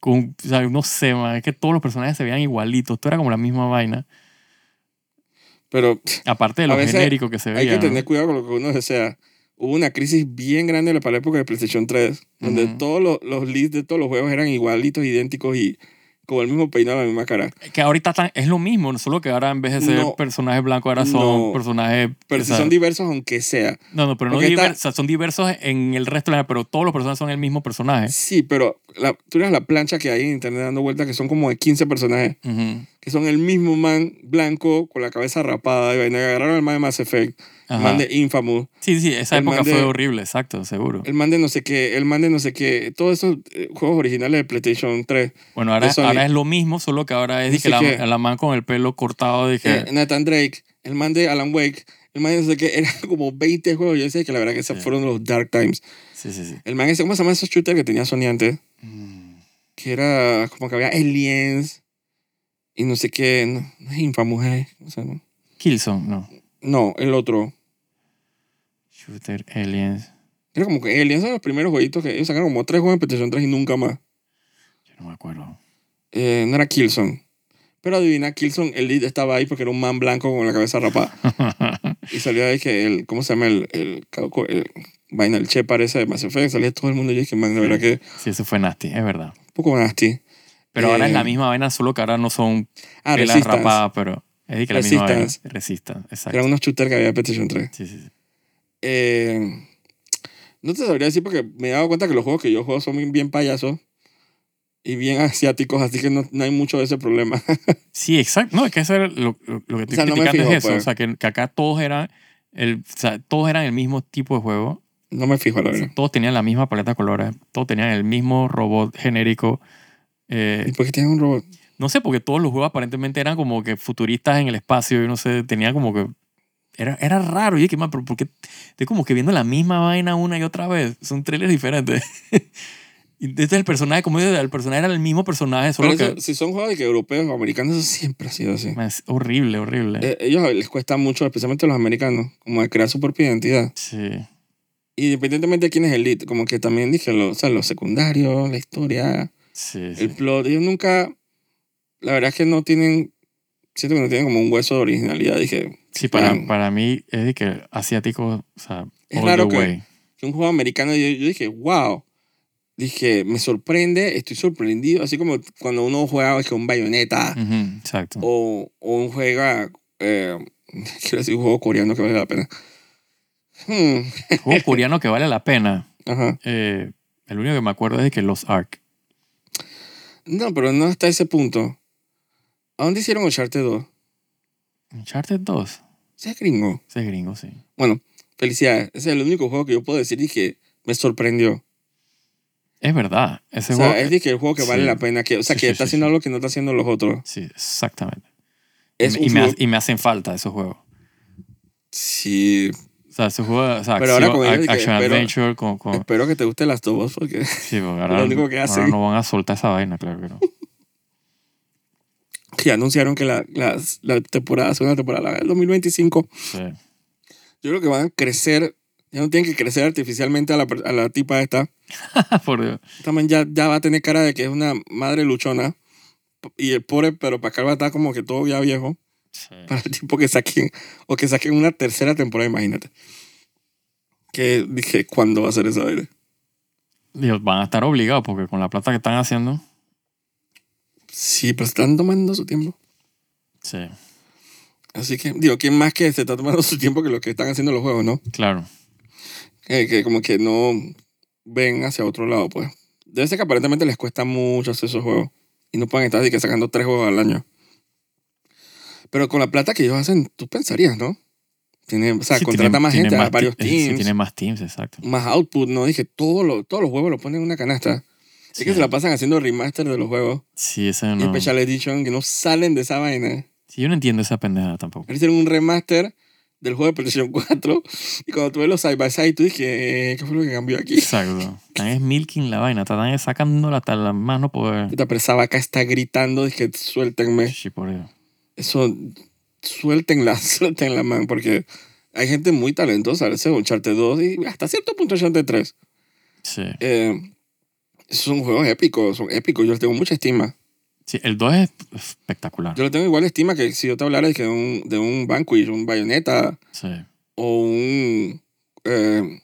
Speaker 2: Con, o sea, no sé, man, es que todos los personajes se veían igualitos, todo era como la misma vaina.
Speaker 1: Pero
Speaker 2: Aparte de
Speaker 1: A
Speaker 2: lo
Speaker 1: veces
Speaker 2: genérico que se
Speaker 1: hay
Speaker 2: veía.
Speaker 1: que
Speaker 2: ¿no?
Speaker 1: tener cuidado con lo que uno desea. Hubo una crisis bien grande para la época de PlayStation 3, donde
Speaker 2: Ujú.
Speaker 1: todos los, los leads de todos los juegos eran igualitos, idénticos y con el mismo peinado, la misma cara.
Speaker 2: Que ahorita tan- es lo mismo, no solo que ahora en vez de ser
Speaker 1: No.
Speaker 2: personajes blancos, ahora son
Speaker 1: No.
Speaker 2: personajes.
Speaker 1: Pero
Speaker 2: o
Speaker 1: si
Speaker 2: sea,
Speaker 1: son diversos, aunque sea.
Speaker 2: no, no, pero no
Speaker 1: porque está-
Speaker 2: diver- o sea, son diversos en el resto de la. Pero todos los personajes son el mismo personaje.
Speaker 1: Sí, pero la, tú eres la plancha que hay en internet dando vueltas, que son como de 15 personajes,
Speaker 2: Ujú.
Speaker 1: que son el mismo man blanco con la cabeza rapada. Y vaina. agarraron al man de Mass Effect, el
Speaker 2: Ajá.
Speaker 1: man de Infamous,
Speaker 2: Sí, sí, esa
Speaker 1: El
Speaker 2: época
Speaker 1: man de-
Speaker 2: fue horrible, exacto, seguro.
Speaker 1: el man de no sé qué, el man de no sé qué. Todos esos eh, juegos originales de PlayStation 3.
Speaker 2: Bueno, ahora,
Speaker 1: de Sony.
Speaker 2: ahora es lo mismo, solo que ahora es de
Speaker 1: Dice
Speaker 2: que la,
Speaker 1: que-
Speaker 2: la man con el pelo cortado, dije,
Speaker 1: eh, Nathan Drake, el man de Alan Wake, el man de no sé qué, eran como 20 juegos. Yo decía que la verdad que esos
Speaker 2: Sí.
Speaker 1: fueron los Dark Times.
Speaker 2: sí, sí, sí.
Speaker 1: El man ese, ¿cómo se llama esos shooters que tenía Sony antes?
Speaker 2: Mm,
Speaker 1: Que era como que había aliens y no sé qué, no, no es Infamous, eh, ¿cómo se llama?
Speaker 2: Killzone, no.
Speaker 1: No, el otro.
Speaker 2: Shooter, Aliens.
Speaker 1: Era como que Aliens eran los primeros jueguitos que ellos sacaron como tres juegos en PlayStation 3 y nunca más.
Speaker 2: Yo no me acuerdo.
Speaker 1: Eh, no era Killzone. Pero adivina, Killzone, el lead estaba ahí porque era un man blanco con la cabeza rapada. Y salía de que el, ¿cómo se llama? El, el, cauco- el, vaina, el che parece de Mass Effect. Salía todo el mundo y yo dije, man, la verdad que
Speaker 2: sí, eso fue nasty, es verdad.
Speaker 1: un poco nasty.
Speaker 2: Pero ahora es
Speaker 1: Eh,
Speaker 2: la misma vaina, solo que ahora no son
Speaker 1: Ah,
Speaker 2: pelas
Speaker 1: Resistance.
Speaker 2: rapadas, pero Es de que la misma vaina.
Speaker 1: Resistance.
Speaker 2: Resistance, exacto.
Speaker 1: Eran unos shooters que había en PlayStation 3.
Speaker 2: Sí, sí, sí.
Speaker 1: Eh, no te sabría decir porque me he dado cuenta que los juegos que yo juego son bien- bien payasos y bien asiáticos, así que no, no hay mucho de ese problema.
Speaker 2: Sí, exacto. No, es que eso era lo, lo- lo que estoy
Speaker 1: sea, no me
Speaker 2: criticando
Speaker 1: fijo,
Speaker 2: es eso.
Speaker 1: pues.
Speaker 2: O sea, que, que acá todos eran, el, o sea, todos eran el mismo tipo de juego.
Speaker 1: no me fijo, la
Speaker 2: O sea,
Speaker 1: verdad.
Speaker 2: todos tenían la misma paleta de colores. Todos tenían el mismo robot genérico. Eh,
Speaker 1: ¿Y por qué tienes un robot?
Speaker 2: no sé, porque todos los juegos aparentemente eran como que futuristas en el espacio. Yo no sé, tenía como que... Era, era raro. Y que, man, pero ¿por qué estoy como que viendo la misma vaina una y otra vez? Son trailers diferentes. y desde el personaje, como dices, el personaje era el mismo personaje, solo
Speaker 1: Pero eso,
Speaker 2: que...
Speaker 1: si son juegos de que europeos o americanos, eso siempre ha sido así.
Speaker 2: Man, Es horrible, horrible.
Speaker 1: Eh, ellos les cuesta mucho, especialmente a los americanos, como de crear su propia identidad.
Speaker 2: sí.
Speaker 1: Independientemente de quién es el lead, como que también dije, lo, o sea, los secundarios, la historia,
Speaker 2: Sí,
Speaker 1: el
Speaker 2: sí.
Speaker 1: plot. Ellos nunca, la verdad es que no tienen, siento que no tienen como un hueso de originalidad. Dije,
Speaker 2: Sí, para,
Speaker 1: Bueno.
Speaker 2: para mí es de que asiático, o sea,
Speaker 1: Es
Speaker 2: all
Speaker 1: raro
Speaker 2: the
Speaker 1: que-
Speaker 2: way.
Speaker 1: que un juego americano, yo, yo dije, wow. Dije, me sorprende, estoy sorprendido. Así como cuando uno juega es que un bayoneta
Speaker 2: Ujú, exacto.
Speaker 1: o, o un juega, eh, quiero decir, un juego coreano que vale la pena. Hmm,
Speaker 2: Juego coreano que vale la pena.
Speaker 1: ajá.
Speaker 2: Eh, el único que me acuerdo es de que Los Ark.
Speaker 1: No, pero no hasta ese punto. ¿A dónde hicieron Uncharted 2?
Speaker 2: Uncharted 2.
Speaker 1: Ese es gringo.
Speaker 2: Ese es gringo, sí.
Speaker 1: Bueno, felicidades. Ese es el único juego que yo puedo decir y que me sorprendió.
Speaker 2: Es verdad. Ese
Speaker 1: o sea,
Speaker 2: juego.
Speaker 1: es de que el juego que vale
Speaker 2: sí.
Speaker 1: la pena. Que, o sea,
Speaker 2: Sí,
Speaker 1: que
Speaker 2: sí,
Speaker 1: está
Speaker 2: sí,
Speaker 1: haciendo
Speaker 2: sí.
Speaker 1: algo que no está haciendo los otros.
Speaker 2: Sí, exactamente.
Speaker 1: Es un
Speaker 2: y, me- y me,
Speaker 1: juego-
Speaker 2: ha- y me hacen falta esos juegos.
Speaker 1: Sí,
Speaker 2: O sea, esos juegos. O sea,
Speaker 1: Pero ahora
Speaker 2: acción,
Speaker 1: con ellos de que
Speaker 2: action
Speaker 1: espero-
Speaker 2: adventure. Con, con-
Speaker 1: espero que te gusten las dos porque...
Speaker 2: sí, porque ahora,
Speaker 1: lo único que
Speaker 2: ahora
Speaker 1: hacen.
Speaker 2: no van a soltar esa vaina, claro que no.
Speaker 1: Ya anunciaron que la, las- la temporada, segunda temporada, la del 2025,
Speaker 2: Sí.
Speaker 1: yo creo que van a crecer. Ya no tienen que crecer artificialmente a la, per- a la tipa esta.
Speaker 2: Por Dios.
Speaker 1: también ya, ya va a tener cara de que es una madre luchona. Y el pobre, pero Pascal va a estar como que todo ya viejo
Speaker 2: Sí.
Speaker 1: para el tipo que saquen o que saquen una tercera temporada, imagínate. Que dije, ¿cuándo va a ser esa vaina?
Speaker 2: Dios, van a estar obligados porque con la plata que están haciendo.
Speaker 1: Sí, pero están tomando su tiempo.
Speaker 2: Sí,
Speaker 1: Así que, digo, ¿quién más que se está tomando su tiempo que los que están haciendo los juegos, no?
Speaker 2: claro.
Speaker 1: Que, que como que no ven hacia otro lado, pues. Debe ser que aparentemente les cuesta mucho hacer esos juegos. Y no pueden estar así que sacando tres juegos al año. Pero con la plata que ellos hacen, tú pensarías, ¿no? Tiene, o sea,
Speaker 2: Sí,
Speaker 1: contrata
Speaker 2: tienen-
Speaker 1: más
Speaker 2: tienen
Speaker 1: gente,
Speaker 2: más
Speaker 1: varios
Speaker 2: ti- eh,
Speaker 1: teams,
Speaker 2: Sí, tiene más teams, exacto.
Speaker 1: más output, ¿no? Dije, todo lo- todos los juegos los ponen en una canasta.
Speaker 2: Sí.
Speaker 1: Es que se la pasan haciendo remaster de los juegos
Speaker 2: Sí, eso
Speaker 1: y
Speaker 2: no.
Speaker 1: Special Edition que no salen de esa vaina.
Speaker 2: Sí, yo no entiendo esa pendejada tampoco.
Speaker 1: Ahora hicieron un remaster del juego de PlayStation 4 y cuando tú ves los side by side, tú dije, eh, ¿qué fue lo que cambió aquí?
Speaker 2: Exacto. Están es milking la vaina, están sacándola hasta las manos por.
Speaker 1: Puta, pero esa vaca está gritando, dije, suéltenme.
Speaker 2: Sí, por Dios.
Speaker 1: Eso, suéltenla, suéltenla, man, porque hay gente muy talentosa. A veces Uncharted 2 y hasta cierto punto Uncharted 3.
Speaker 2: Sí.
Speaker 1: Eh, son juegos épicos, son épicos. Yo les tengo mucha estima.
Speaker 2: Sí, el 2 es espectacular.
Speaker 1: Yo les tengo igual estima que si yo te hablara dije, de un, de un Banquish, un Bayonetta
Speaker 2: Sí.
Speaker 1: o un... eh,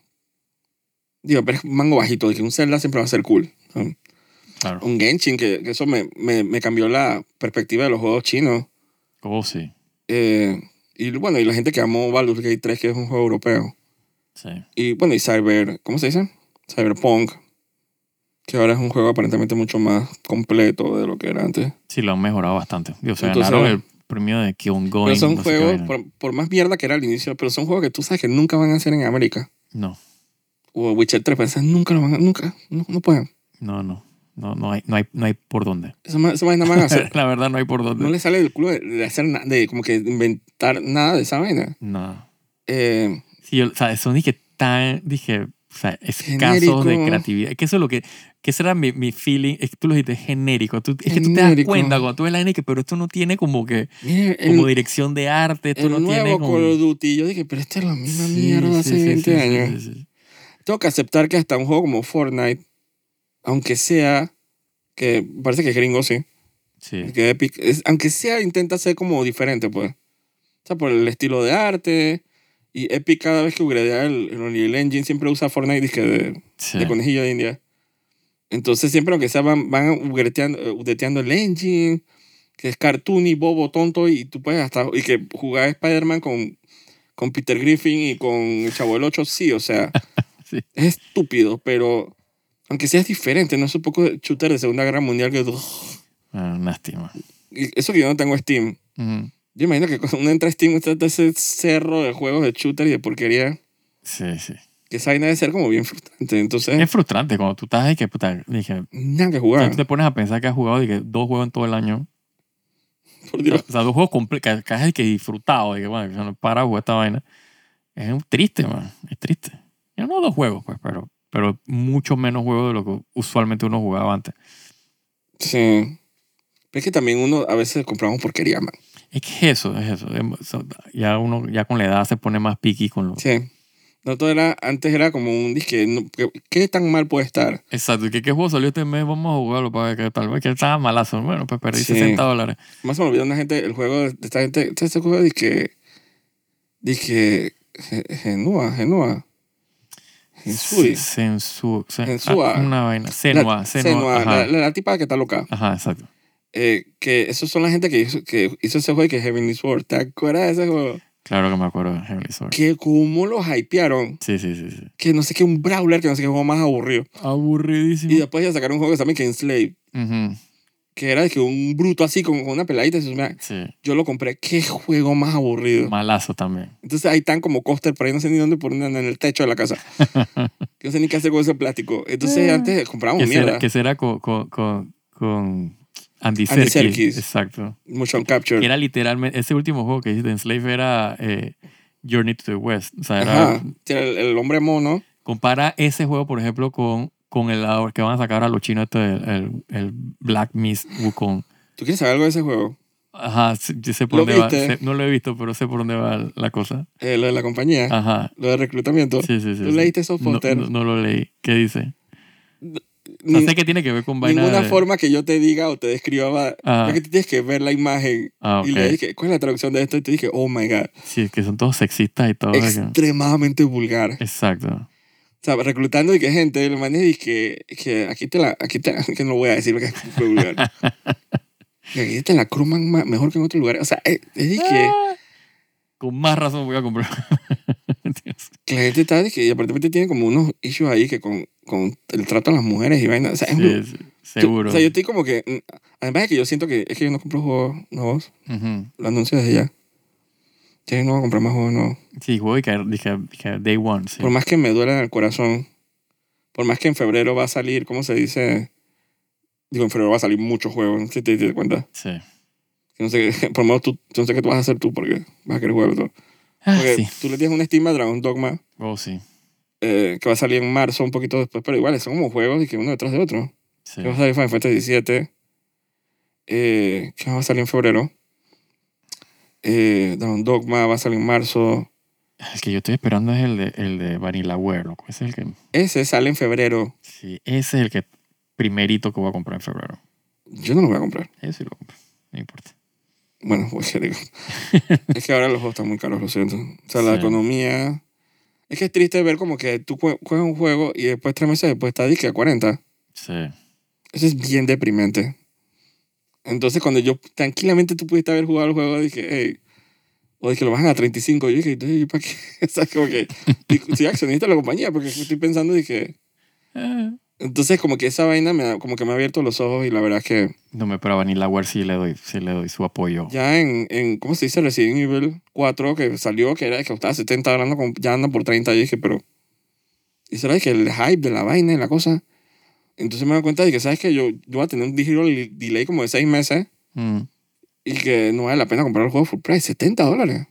Speaker 1: digo, pero es mango bajito, que un Zelda siempre va a ser cool.
Speaker 2: Claro.
Speaker 1: Un Genshin, que, que eso me, me, me cambió la perspectiva de los juegos chinos.
Speaker 2: Oh, sí.
Speaker 1: Eh, y bueno, y la gente que amó Baldur's Gate 3, que es un juego europeo.
Speaker 2: Sí.
Speaker 1: Y bueno, y Cyber, ¿cómo se dice? Cyberpunk, que ahora es un juego aparentemente mucho más completo de lo que era antes.
Speaker 2: Sí, lo han mejorado bastante. Dios, se
Speaker 1: Entonces-
Speaker 2: ganaron el premio de que ongoing.
Speaker 1: pero son
Speaker 2: no sé qué
Speaker 1: juegos,
Speaker 2: vaina.
Speaker 1: por, por más mierda que era al inicio, pero son juegos que tú sabes que nunca van a hacer en América.
Speaker 2: No,
Speaker 1: O Witcher 3, pensás, nunca lo van a, nunca, no, no pueden.
Speaker 2: no, no. No, no hay, no hay, no hay por dónde.
Speaker 1: Esa ma- esa vaina van a hacer.
Speaker 2: la verdad, no hay por
Speaker 1: Ah, No
Speaker 2: dónde.
Speaker 1: les sale del culo de, de hacer nada, de como que inventar nada de esa vaina.
Speaker 2: No.
Speaker 1: Eh,
Speaker 2: Sí, yo- o sea, son dije tan, dije, o sea,
Speaker 1: Genérico.
Speaker 2: escasos de creatividad. Que eso es lo que, que ese era mi, mi feeling, es que tú lo dijiste genérico. Tú- es que tú te das
Speaker 1: Genérico.
Speaker 2: cuenta cuando tú ves la N que, pero esto no tiene como que,
Speaker 1: mira, el,
Speaker 2: como dirección de arte, esto
Speaker 1: el
Speaker 2: no tiene
Speaker 1: nuevo
Speaker 2: como...
Speaker 1: Call of Duty, yo dije, pero esta es la misma
Speaker 2: Sí,
Speaker 1: mierda de
Speaker 2: sí,
Speaker 1: hace
Speaker 2: sí,
Speaker 1: 20
Speaker 2: sí, sí,
Speaker 1: años.
Speaker 2: sí, sí.
Speaker 1: Tengo que aceptar que hasta un juego como Fortnite, aunque sea, que parece que es gringo, sí,
Speaker 2: Sí,
Speaker 1: que Epic, es- aunque sea, intenta ser como diferente, pues. O sea, por el estilo de arte. Y Epic, cada vez que upgradea el, el Unreal Engine, siempre usa Fortnite dizque, de,
Speaker 2: sí.
Speaker 1: de conejillo de India. Entonces, siempre, aunque sea, van, van upgradeando, eh, updateando el engine, que es cartoon y bobo, tonto, y tú puedes hasta. Y que jugar Spider-Man con, con Peter Griffin y con el Chavo el 8, sí, o sea.
Speaker 2: Sí.
Speaker 1: Es estúpido, pero. Aunque sea diferente, no es un poco de shooter de Segunda Guerra Mundial que.
Speaker 2: Ah, lástima.
Speaker 1: Y Eso que yo no tengo Steam.
Speaker 2: Ujú.
Speaker 1: Yo imagino que cuando uno entra a Steam, usted está ese cerro de juegos de shooter y de porquería.
Speaker 2: Sí, sí.
Speaker 1: Que esa vaina debe ser como bien frustrante. Entonces,
Speaker 2: Es frustrante cuando tú estás ahí que puta, dije,
Speaker 1: nada que
Speaker 2: o sea,
Speaker 1: jugar.
Speaker 2: tú te pones a pensar que has jugado dije, dos juegos en todo el año.
Speaker 1: Por Dios.
Speaker 2: O sea, dos juegos comple- que, que has dije, disfrutado. Dije, bueno, yo no para de jugar esta vaina. Es un- triste, man. Es triste. Yo no dos juegos, pues, pero, pero mucho menos juegos de lo que usualmente uno jugaba antes.
Speaker 1: Sí. Pero es que también uno a veces compramos porquería, man.
Speaker 2: Es que es eso, es eso. Em- so- Ya uno, ya con la edad se pone más piqui con lo.
Speaker 1: Sí. No todo era, antes era como un disque, no, ¿qué, qué tan mal puede estar?
Speaker 2: Exacto, ¿qué, ¿qué juego salió este mes? Vamos a jugarlo para ver qué tal. vez Que estaba malazo. Bueno, pues perdí
Speaker 1: Sí.
Speaker 2: 60 dólares.
Speaker 1: Más se me olvidó una gente, el juego de esta gente, ¿sabes este juego? Disque, disque, Ge- Genua, Genua. Gensui.
Speaker 2: Se- Sensu, se-
Speaker 1: Sensua.
Speaker 2: ah, Una vaina.
Speaker 1: La-
Speaker 2: Senua,
Speaker 1: Senua,
Speaker 2: Senua. Ajá.
Speaker 1: la, la- la tipa que está loca.
Speaker 2: Ajá, exacto.
Speaker 1: Eh, que esos son la gente que hizo, que hizo ese juego y que es Heavenly Sword. ¿Te acuerdas de ese juego?
Speaker 2: Claro que me acuerdo de Heavenly Sword.
Speaker 1: Que como los hypearon,
Speaker 2: Sí, sí, sí, sí.
Speaker 1: que no sé qué, un brawler, que no sé qué juego más aburrido.
Speaker 2: Aburridísimo.
Speaker 1: Y después ya sacaron un juego que también que es Slave.
Speaker 2: Ujú,
Speaker 1: que era de que un bruto así con con una peladita. eso es una-
Speaker 2: Sí.
Speaker 1: Yo lo compré. Qué juego más aburrido.
Speaker 2: Malazo también.
Speaker 1: Entonces ahí están como coster por ahí, no sé ni dónde poner en el techo de la casa. Yo no sé ni qué hacer con ese plástico. Entonces
Speaker 2: Ah.
Speaker 1: antes comprábamos
Speaker 2: Que será,
Speaker 1: Oh, mierda.
Speaker 2: que será con, con, con, con Andy,
Speaker 1: Andy
Speaker 2: Serkis.
Speaker 1: Serkis.
Speaker 2: Exacto.
Speaker 1: Motion
Speaker 2: Que
Speaker 1: capture.
Speaker 2: era literalmente. Ese último juego que hiciste en Slave era eh, Journey to the West. O sea, era-
Speaker 1: Ajá. Era El, el hombre mono.
Speaker 2: compara ese juego, por ejemplo, con, con el ahora que van a sacar a los chinos, este, el, el, el Black Mist Wukong.
Speaker 1: ¿Tú quieres saber algo de ese juego?
Speaker 2: Ajá, sí, yo sé por
Speaker 1: ¿Lo
Speaker 2: dónde va.
Speaker 1: viste?
Speaker 2: sé- no lo he visto, pero sé por dónde va la cosa.
Speaker 1: Eh, lo de la compañía.
Speaker 2: Ajá.
Speaker 1: Lo de reclutamiento.
Speaker 2: Ah. Sí, sí, sí.
Speaker 1: ¿Tú
Speaker 2: sí.
Speaker 1: leíste esos
Speaker 2: No,
Speaker 1: pósteres?
Speaker 2: no- no lo leí. ¿Qué dice? O sea,
Speaker 1: Ni-
Speaker 2: sé que tiene que ver con vaina
Speaker 1: ninguna
Speaker 2: de-
Speaker 1: forma que yo te diga o te describa. va-
Speaker 2: Ah.
Speaker 1: Es que tú tienes que ver la imagen.
Speaker 2: Ah,
Speaker 1: Y le
Speaker 2: ok.
Speaker 1: dije, ¿cuál es la traducción de esto? Y te dije, oh my god.
Speaker 2: Sí, que son todos sexistas y todo. que-
Speaker 1: Extremadamente vulgar.
Speaker 2: Exacto.
Speaker 1: O sea, reclutando y que gente, el man y que, que aquí te la, aquí te, que no voy a decir lo que es un lugar. Que aquí te la croman ma- mejor que en otro lugar. O sea, es, es de que,
Speaker 2: Ah, Con más razón voy a comprar.
Speaker 1: que la gente está, de que, y aparentemente tiene como unos issues ahí que con, con el trato a las mujeres y vainas. O sea, es bru-
Speaker 2: Sí, sí, seguro.
Speaker 1: o sea, yo estoy como que, mm, además de que yo siento que, es que yo no compro juegos nuevos,
Speaker 2: Ujú.
Speaker 1: lo anuncio desde ya. Ya yo no voy a comprar más juegos nuevos.
Speaker 2: Sí, juego y que dije, dije Day One. Sí.
Speaker 1: Por más que me duela en el corazón, por más que en febrero va a salir, ¿cómo se dice? Digo, en febrero va a salir muchos juegos, ¿no? si te, te das cuenta.
Speaker 2: Sí.
Speaker 1: Que no sé, qué- por lo menos tú, yo no sé qué tú vas a hacer tú porque vas a querer jugar todo.
Speaker 2: Ah,
Speaker 1: Porque
Speaker 2: sí.
Speaker 1: tú le tienes una estima a Dragon Dogma
Speaker 2: Oh, sí.
Speaker 1: eh, que va a salir en marzo, un poquito después, pero igual son como juegos y que uno detrás de otro.
Speaker 2: Sí.
Speaker 1: Que va a salir Final Fantasy XVII, eh, que va a salir en febrero. Eh, Dragon Dogma va a salir en marzo.
Speaker 2: El que yo estoy esperando es el de, el de Vanillaware, loco. Ese es el que.
Speaker 1: Ese sale en febrero.
Speaker 2: Sí, ese es el que primerito que voy a comprar en febrero.
Speaker 1: Yo no lo voy a comprar.
Speaker 2: Ese sí lo compro. No importa.
Speaker 1: Bueno, pues que digo. es que ahora los juegos están muy caros, lo siento. O sea, la
Speaker 2: Sí.
Speaker 1: economía. Es que es triste ver como que tú jue- juegas un juego y después tres meses después está disque a 40.
Speaker 2: Sí.
Speaker 1: Eso es bien deprimente. Entonces, cuando yo tranquilamente tú pudiste haber jugado el juego, dije, hey, o dije, lo bajan a 35. Yo dije, "Entonces, ¿y ¿para qué? O sea, como que digo, soy accionista de la compañía, porque estoy pensando, dije.
Speaker 2: Eh,
Speaker 1: Entonces, como que esa vaina me, ha- como que me ha abierto los ojos y la verdad es que
Speaker 2: No me pero Vanillaware sí le doy, sí le doy su apoyo.
Speaker 1: ya en, en ¿cómo se dice? Resident Evil 4, que salió, que era que costaba 70 ahora anda con- ya anda por 30. Yo dije, pero. Y será que el hype de la vaina y la cosa. Entonces me doy cuenta de que, ¿sabes que Yo, yo voy a tener un digital delay como de 6 meses.
Speaker 2: Mm.
Speaker 1: y que no vale la pena comprar el juego full price, 70 dólares.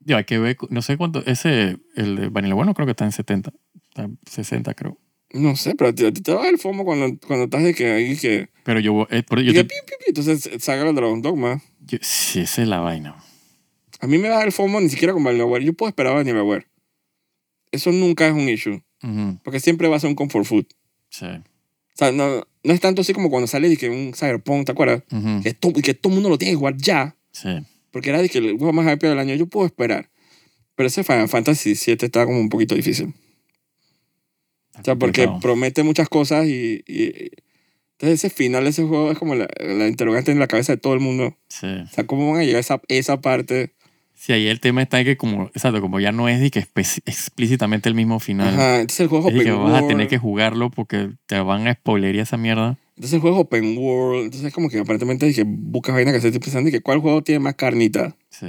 Speaker 2: Yo, hay que ver, cu- no sé cuánto. Ese, el de Vanillaware no creo que está en 70. Está en 60, creo.
Speaker 1: No sé, pero a ti, a ti te va el fomo cuando, cuando estás de que ahí que.
Speaker 2: Pero yo. voy- eh, por-
Speaker 1: y
Speaker 2: yo
Speaker 1: que
Speaker 2: te-
Speaker 1: pi, pi, pi, entonces saca el Dragon Dogma.
Speaker 2: yo- sí, esa es la vaina.
Speaker 1: A mí me da el fomo ni siquiera con Vanillaware. Yo puedo esperar a Vanillaware. Eso nunca es un issue,
Speaker 2: Ujú,
Speaker 1: porque siempre va a ser un comfort food.
Speaker 2: Sí.
Speaker 1: O sea, no, no es tanto así como cuando sale de que un Cyberpunk, ¿te acuerdas?
Speaker 2: Ujú,
Speaker 1: Que, to- y que todo el mundo lo tiene que jugar ya,
Speaker 2: Sí.
Speaker 1: porque era de que el juego más hype del año. Yo puedo esperar. Pero ese Final Fantasy VII está como un poquito difícil.
Speaker 2: Está
Speaker 1: O sea, porque
Speaker 2: complicado.
Speaker 1: promete muchas cosas y, y- Entonces ese final de ese juego es como la, la interrogante en la cabeza de todo el mundo.
Speaker 2: Sí.
Speaker 1: O sea, ¿cómo van a llegar a esa, esa parte?
Speaker 2: Sí, ahí el tema está en que como, exacto, como ya no es de que espe- explícitamente el mismo final.
Speaker 1: Ajá, entonces el juego
Speaker 2: Es
Speaker 1: es
Speaker 2: de que
Speaker 1: open
Speaker 2: vas a tener
Speaker 1: world.
Speaker 2: que jugarlo porque te van a spoilería esa mierda.
Speaker 1: Entonces el juego es open world. Entonces es como que aparentemente dije, buscas vainas que hacer. Estoy pensando que cuál juego tiene más carnita.
Speaker 2: Sí.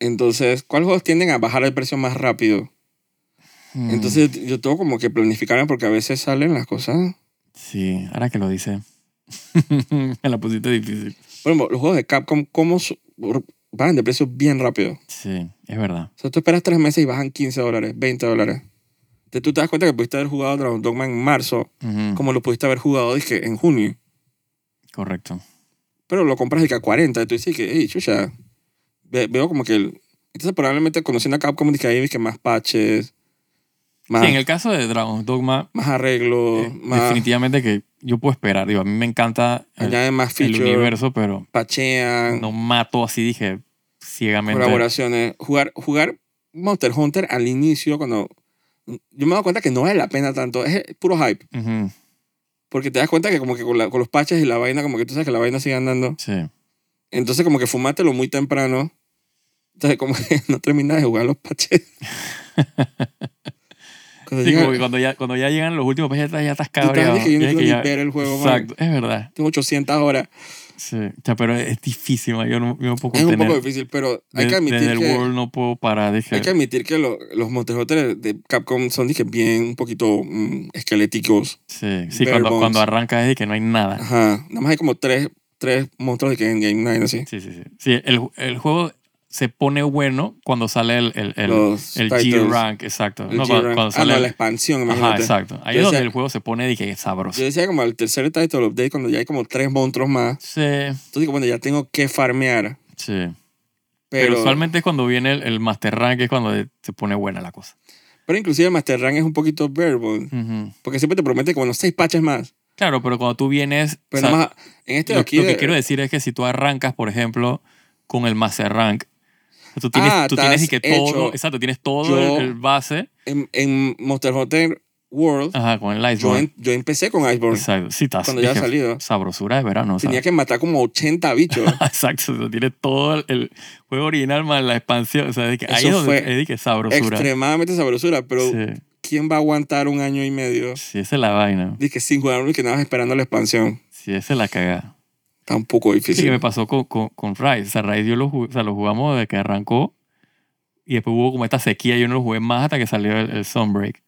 Speaker 1: Entonces, ¿cuáles juegos tienden a bajar el precio más rápido?
Speaker 2: Mm,
Speaker 1: Entonces yo- yo tengo como que planificarme porque a veces salen las cosas.
Speaker 2: Sí, ahora que lo dice. Me la pusiste difícil.
Speaker 1: Por ejemplo, los juegos de Capcom, ¿cómo su- bajan de precio bien rápido? O
Speaker 2: Sí, es verdad.
Speaker 1: sea, tú esperas tres meses y bajan 15 dólares, 20 dólares. Entonces tú te das cuenta que pudiste haber jugado Dragon Dogma en marzo,
Speaker 2: Ujú,
Speaker 1: como lo pudiste haber jugado, dije, en junio.
Speaker 2: Correcto.
Speaker 1: Pero lo compras dije, a 40. Y tú dices que, hey, chucha, ve- veo como que... el- Entonces probablemente conociendo a Capcom, dije, ahí dije más patches, más,
Speaker 2: Sí, en el caso de Dragon Dogma,
Speaker 1: más arreglos,
Speaker 2: eh,
Speaker 1: más...
Speaker 2: definitivamente que yo puedo esperar. Digo, a mí me encanta el,
Speaker 1: Añaden más
Speaker 2: el
Speaker 1: features,
Speaker 2: universo, pero
Speaker 1: pachean,
Speaker 2: no mato así, dije, ciegamente.
Speaker 1: colaboraciones. eh, Jugar, jugar Monster Hunter al inicio, cuando yo me he dado cuenta que no vale la pena tanto, es puro hype.
Speaker 2: Ujú,
Speaker 1: Porque te das cuenta que como que con, la- con los patches y la vaina, como que tú sabes que la vaina sigue andando.
Speaker 2: Sí.
Speaker 1: Entonces como que fumátelo muy temprano. Entonces como que no terminas de jugar los patches. Cuando
Speaker 2: Sí,
Speaker 1: llega-
Speaker 2: como que cuando ya, cuando ya llegan los últimos países, ya estás
Speaker 1: tú estás
Speaker 2: cabreado.
Speaker 1: de que yo no
Speaker 2: Ya es
Speaker 1: quiero
Speaker 2: que
Speaker 1: ni
Speaker 2: ya-
Speaker 1: ver el juego, man.
Speaker 2: Exacto, es verdad.
Speaker 1: Tengo 800 horas.
Speaker 2: Sí. O sea, pero es difícil, man. yo no yo no puedo
Speaker 1: Es un poco
Speaker 2: contener.
Speaker 1: difícil, pero hay
Speaker 2: De-
Speaker 1: que admitir
Speaker 2: desde el
Speaker 1: que...
Speaker 2: World no puedo parar. Dije,
Speaker 1: Hay que admitir que lo- los Monster Hunter de Capcom son, dije, bien un poquito mm, esqueléticos.
Speaker 2: sí, sí
Speaker 1: Bare
Speaker 2: cuando,
Speaker 1: bones.
Speaker 2: cuando arranca es de que no hay nada.
Speaker 1: Ajá. Nada más hay como tres, tres monstruos de que en Game 9, así.
Speaker 2: Sí, sí, sí. Sí, el, el juego se pone bueno cuando sale el, el, el,
Speaker 1: los
Speaker 2: el
Speaker 1: titles,
Speaker 2: G-Rank, exacto.
Speaker 1: el
Speaker 2: No, cuando,
Speaker 1: G-Rank.
Speaker 2: cuando
Speaker 1: Ah,
Speaker 2: sale
Speaker 1: no, la
Speaker 2: el-
Speaker 1: expansión,
Speaker 2: Ajá,
Speaker 1: imagínate.
Speaker 2: exacto. Ahí
Speaker 1: Yo
Speaker 2: es donde
Speaker 1: decía-
Speaker 2: el juego se pone de que sabroso.
Speaker 1: Yo decía como el tercer title update cuando ya hay como tres monstruos más.
Speaker 2: Sí,
Speaker 1: Entonces digo, bueno, ya tengo que farmear.
Speaker 2: sí. Pero,
Speaker 1: Pero, pero,
Speaker 2: usualmente es cuando viene el, el Master Rank, que es cuando se pone buena la cosa.
Speaker 1: inclusive el Master Rank es un poquito verbal.
Speaker 2: Ujú.
Speaker 1: Porque siempre te promete como unos seis patches más.
Speaker 2: Claro, pero cuando tú vienes.
Speaker 1: Pero
Speaker 2: o sea,
Speaker 1: nada más, en este
Speaker 2: lo,
Speaker 1: de aquí...
Speaker 2: lo que
Speaker 1: de-
Speaker 2: quiero decir es que si tú arrancas, por ejemplo, con el Master Rank, tú tienes,
Speaker 1: Ah,
Speaker 2: tú tienes y
Speaker 1: estás
Speaker 2: que todo,
Speaker 1: hecho.
Speaker 2: exacto, tienes todo
Speaker 1: Yo-
Speaker 2: el, el base,
Speaker 1: en, en Monster Hunter World,
Speaker 2: ajá, con el
Speaker 1: yo,
Speaker 2: Iceborne.
Speaker 1: en- yo empecé con Iceborne.
Speaker 2: Ah, Exacto, sí, estás.
Speaker 1: cuando ya ha
Speaker 2: dije,
Speaker 1: salido.
Speaker 2: Sabrosura de verano, o sea,
Speaker 1: Tenía que matar como 80 bichos.
Speaker 2: Exacto, o sea, tienes todo el, el juego original más la expansión, o sea, de que ahí
Speaker 1: Eso
Speaker 2: es donde
Speaker 1: fue
Speaker 2: es de que sabrosura.
Speaker 1: Extremadamente sabrosura, pero
Speaker 2: Sí,
Speaker 1: ¿quién va a aguantar un año y medio?
Speaker 2: sí, esa es la vaina,
Speaker 1: Dice que sin jugarlo y que nada más esperando la expansión.
Speaker 2: sí, esa es la cagada.
Speaker 1: Está un poco
Speaker 2: Sí,
Speaker 1: difícil.
Speaker 2: que me pasó con, con, con Rise, o sea, Rise yo lo, ju- o sea, lo jugamos desde que arrancó y después hubo como esta sequía, yo no lo jugué más hasta que salió el, el Sunbreak.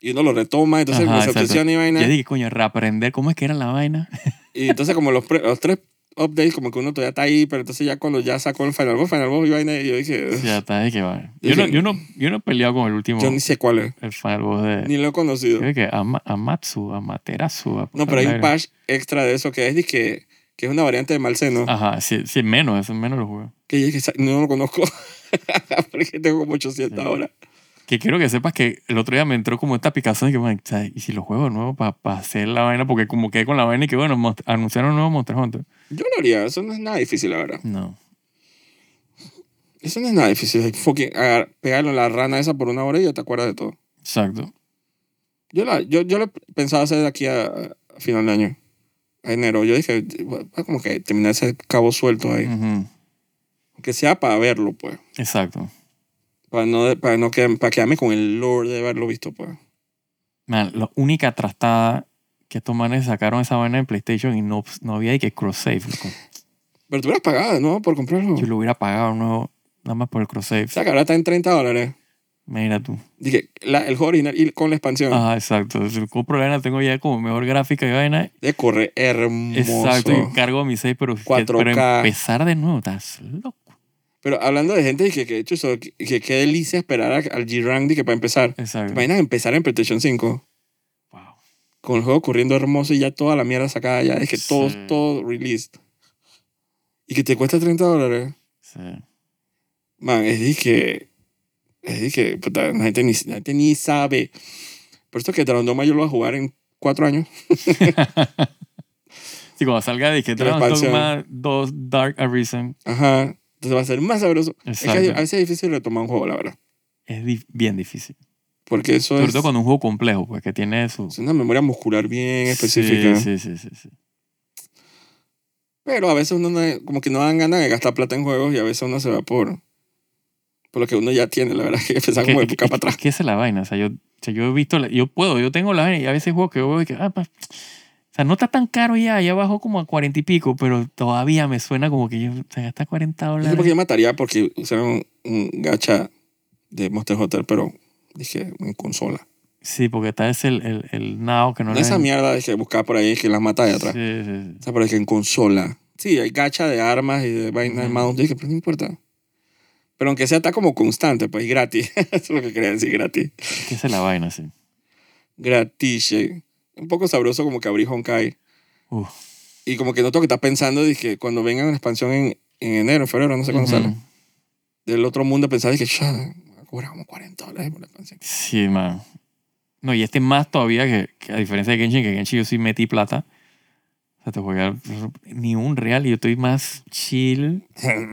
Speaker 1: Y uno lo retoma, entonces
Speaker 2: Ajá,
Speaker 1: se
Speaker 2: exacto.
Speaker 1: obsesiona y
Speaker 2: Yo
Speaker 1: vaina.
Speaker 2: dije, coño, reaprender cómo es que era la vaina.
Speaker 1: Y entonces como los, pre- los tres updates, como que uno todavía está ahí, pero entonces ya cuando ya sacó el Final Boss, Final Boss y vaina, y yo dije,
Speaker 2: Sí, ya está, dije, vale. Yo no, yo, no, yo no he peleado con el último,
Speaker 1: yo ni sé cuál es,
Speaker 2: el final boss de...
Speaker 1: ni lo he conocido.
Speaker 2: Yo dije, Ama- Amatsu, Amaterasu. a-
Speaker 1: No, pero hay un
Speaker 2: a-
Speaker 1: patch extra de eso que es, dizque, que es una variante de Malseno,
Speaker 2: Ajá, sí, sí, menos, es menos lo juego.
Speaker 1: que yo dije, no lo conozco, porque tengo como 800
Speaker 2: Sí.
Speaker 1: horas.
Speaker 2: Que quiero que sepas que el otro día me entró como esta picazón de que, man, ¿sabes? ¿y si lo juego de nuevo para hacer la vaina? Porque como quedé con la vaina y que, bueno, mos- anunciaron un nuevo Monster Hunter.
Speaker 1: Yo lo haría, eso no es nada difícil, la verdad.
Speaker 2: No.
Speaker 1: Eso no es nada difícil. Hay fucking agar- pegarlo a la rana esa por una hora y ya te acuerdas de todo.
Speaker 2: Exacto.
Speaker 1: Yo, la, yo, yo lo pensaba hacer de aquí a, a final de año, a enero. Yo dije, "Va- va como que terminar ese cabo suelto ahí.
Speaker 2: Ujú,
Speaker 1: Que sea para verlo, pues.
Speaker 2: Exacto.
Speaker 1: Para no, para no quedarme, para quedarme con el lore de haberlo visto, pues.
Speaker 2: Man, la única trastada que estos manes sacaron esa vaina en PlayStation y no, no había y que cross-save. loco.
Speaker 1: Pero tú hubieras pagado, ¿no? Por comprarlo.
Speaker 2: Yo lo hubiera pagado nuevo nada más por el cross-save.
Speaker 1: O sea, que ahora está en 30 dólares.
Speaker 2: Mira tú.
Speaker 1: Dije, la- el juego original y con la expansión.
Speaker 2: Ajá, exacto. Si compro vaina, tengo ya como mejor gráfica y vaina.
Speaker 1: De correr hermoso.
Speaker 2: Exacto, y cargo mi 6, pero, que-
Speaker 1: 4K.
Speaker 2: pero empezar de nuevo, estás loco.
Speaker 1: Pero hablando de gente, dije, que, chuzo, que, que qué delicia esperar a- al G-Rank, dije, para empezar. ¿Te
Speaker 2: Exacto.
Speaker 1: imaginas empezar en PlayStation 5?
Speaker 2: Wow.
Speaker 1: Con el juego corriendo hermoso y ya toda la mierda sacada ya. Es que todo,
Speaker 2: Sí.
Speaker 1: todo released. Y que te cuesta 30 dólares.
Speaker 2: Sí.
Speaker 1: Man, es dije... Es dije, puta, la gente, ni, la gente ni sabe. Por esto que Dragon Dogma yo lo voy a jugar en cuatro años.
Speaker 2: Sí, cuando salga de
Speaker 1: La
Speaker 2: que Dragon
Speaker 1: expansión.
Speaker 2: Dogma 2 Dark Arisen
Speaker 1: Ajá. Entonces va a ser más sabroso. Es que
Speaker 2: Exacto.
Speaker 1: a veces es difícil retomar un juego, la verdad.
Speaker 2: es di- bien difícil.
Speaker 1: Porque eso
Speaker 2: Sobre
Speaker 1: es,
Speaker 2: todo con un juego complejo, pues que tiene su...
Speaker 1: es una memoria muscular bien específica.
Speaker 2: Sí, sí, sí, sí, sí.
Speaker 1: Pero a veces uno no- como que no dan ganas de gastar plata en juegos y a veces uno se va por, por lo que uno ya tiene. La verdad es que empezar
Speaker 2: Que-
Speaker 1: como de
Speaker 2: que-
Speaker 1: boca para
Speaker 2: que-
Speaker 1: atrás.
Speaker 2: que esa es la vaina. O sea, yo, o sea, yo he visto, la- yo puedo, yo tengo la vaina y a veces juego que yo veo y que, ah, pa, o sea, no está tan caro ya, ya bajó como a cuarenta y pico, pero todavía me suena como que yo, o sea, gasta 40
Speaker 1: Yo porque
Speaker 2: dólares.
Speaker 1: yo mataría porque usaron un, un gacha de Monster Hunter, pero dije en consola.
Speaker 2: Sí, porque está ese el, el, el Now que no
Speaker 1: No
Speaker 2: le-
Speaker 1: esa mierda de que buscaba por ahí que las mata de atrás.
Speaker 2: Sí, sí, sí.
Speaker 1: O sea, pero es que en consola. Sí, hay gacha de armas y de vainas de
Speaker 2: Ujú.
Speaker 1: mouse. Dije, pero no importa. Pero aunque sea, está como constante, pues y gratis. Eso es lo que quería decir, gratis.
Speaker 2: Que esa es la vaina, sí.
Speaker 1: Gratis. Un poco sabroso como que abrí Honkai.
Speaker 2: Uf.
Speaker 1: Y como que noto que está pensando, dije, cuando venga una expansión en, en enero, en febrero, no sé cuándo sale,
Speaker 2: Ujú.
Speaker 1: del otro mundo, pensaba, dije, ya, me voy a cobrar como 40 dólares por la expansión.
Speaker 2: Sí, man. No, y este más todavía que, que a diferencia de Genshin, que Genshin yo sí metí plata. O sea, te voy a ni un real y yo estoy más chill.
Speaker 1: Ok,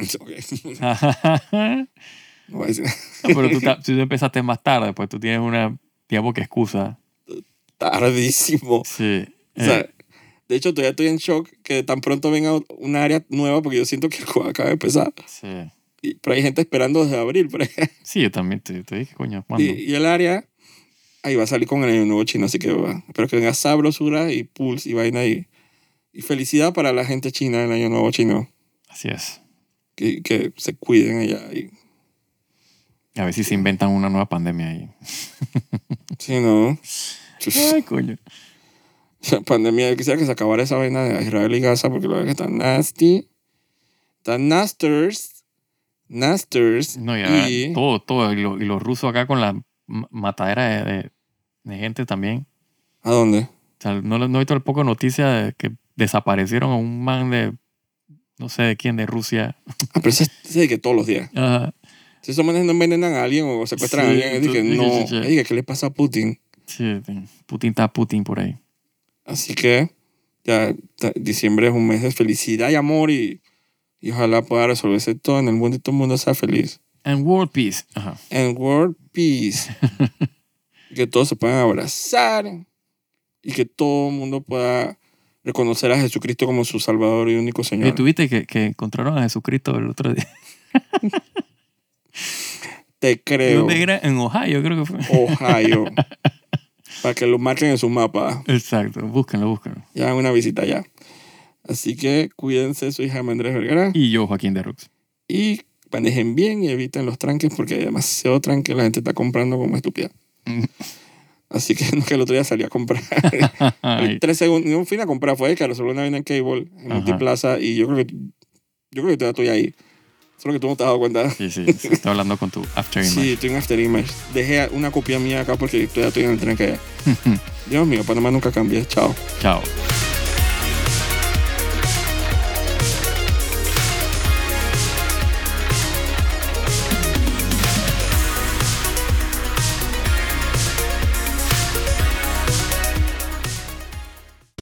Speaker 1: no voy a decir nada.
Speaker 2: No, Ah, pero tú, ta- tú empezaste más tarde, pues tú tienes una, digamos que excusa.
Speaker 1: Tardísimo.
Speaker 2: Sí.
Speaker 1: O sea,
Speaker 2: Eh,
Speaker 1: de hecho, todavía estoy en shock que tan pronto venga una área nueva porque yo siento que el juego acaba de empezar.
Speaker 2: sí.
Speaker 1: Y, pero hay gente esperando desde abril. por ejemplo.
Speaker 2: Sí, yo también te, te dije, coño,
Speaker 1: y,
Speaker 2: ¿cuándo?
Speaker 1: y el área, ahí va a salir con el año nuevo chino, así que va. Espero que venga sabrosura y pulse y vaina y, y felicidad para la gente china del año nuevo chino.
Speaker 2: Así es.
Speaker 1: Que, que se cuiden allá. Y,
Speaker 2: A ver si se inventan una nueva pandemia ahí.
Speaker 1: sí, no.
Speaker 2: Ay, coño.
Speaker 1: La pandemia, yo quisiera que se acabara esa vaina de Israel y Gaza porque la verdad que está nasty. Está nasters. Nasters.
Speaker 2: No, ya,
Speaker 1: y-
Speaker 2: todo, todo. Y, lo- y los rusos acá con la ma- matadera de, de- de gente también.
Speaker 1: ¿A dónde?
Speaker 2: O sea, no, le- no he visto poco noticia de que desaparecieron a un man de, no sé de quién, de Rusia.
Speaker 1: Ah, pero ese ese es de que todos los días.
Speaker 2: Ajá.
Speaker 1: Si esos manes no envenenan a alguien o secuestran
Speaker 2: Sí,
Speaker 1: a alguien, es de que
Speaker 2: entonces,
Speaker 1: no.
Speaker 2: sí, sí, sí.
Speaker 1: Es de que, ¿qué le pasa a Putin?
Speaker 2: sí, Putin está Putin por ahí.
Speaker 1: Así que ya ta- diciembre es un mes de felicidad y amor y, y ojalá pueda resolverse todo en el mundo y todo el mundo sea feliz.
Speaker 2: And World Peace. Ajá.
Speaker 1: And world peace. Y que todos se puedan abrazar y que todo el mundo pueda reconocer a Jesucristo como su Salvador y único
Speaker 2: Oye,
Speaker 1: Señor.
Speaker 2: Eh, ¿Tuviste que, que encontraron a Jesucristo el otro día?
Speaker 1: Te creo,
Speaker 2: ¿Dónde era? En Ohio, creo que fue.
Speaker 1: Ohio, para que lo marquen en su mapa.
Speaker 2: Exacto, búsquenlo, búsquenlo.
Speaker 1: Ya una visita ya. Así que cuídense, soy Jaime Andrés Vergara.
Speaker 2: Y yo, Joaquín de Rux.
Speaker 1: Y manejen bien y eviten los tranques porque hay demasiado tranque. La gente está comprando como estúpida. Así que no que el otro día salí a comprar.
Speaker 2: Ay,
Speaker 1: Tres segundos. No fui a comprar, fue de que resolví una vaina en cable, en
Speaker 2: Ajá.
Speaker 1: multiplaza. Y yo creo que yo creo que todavía estoy ahí. Solo que tú no te has dado cuenta.
Speaker 2: sí, sí, sí, estoy hablando con tu after
Speaker 1: Sí,
Speaker 2: image.
Speaker 1: estoy en After Image. Dejé pues una copia mía acá porque todavía estoy en el tranque allá. Dios mío, Panamá nunca cambia. Chao.
Speaker 2: Chao.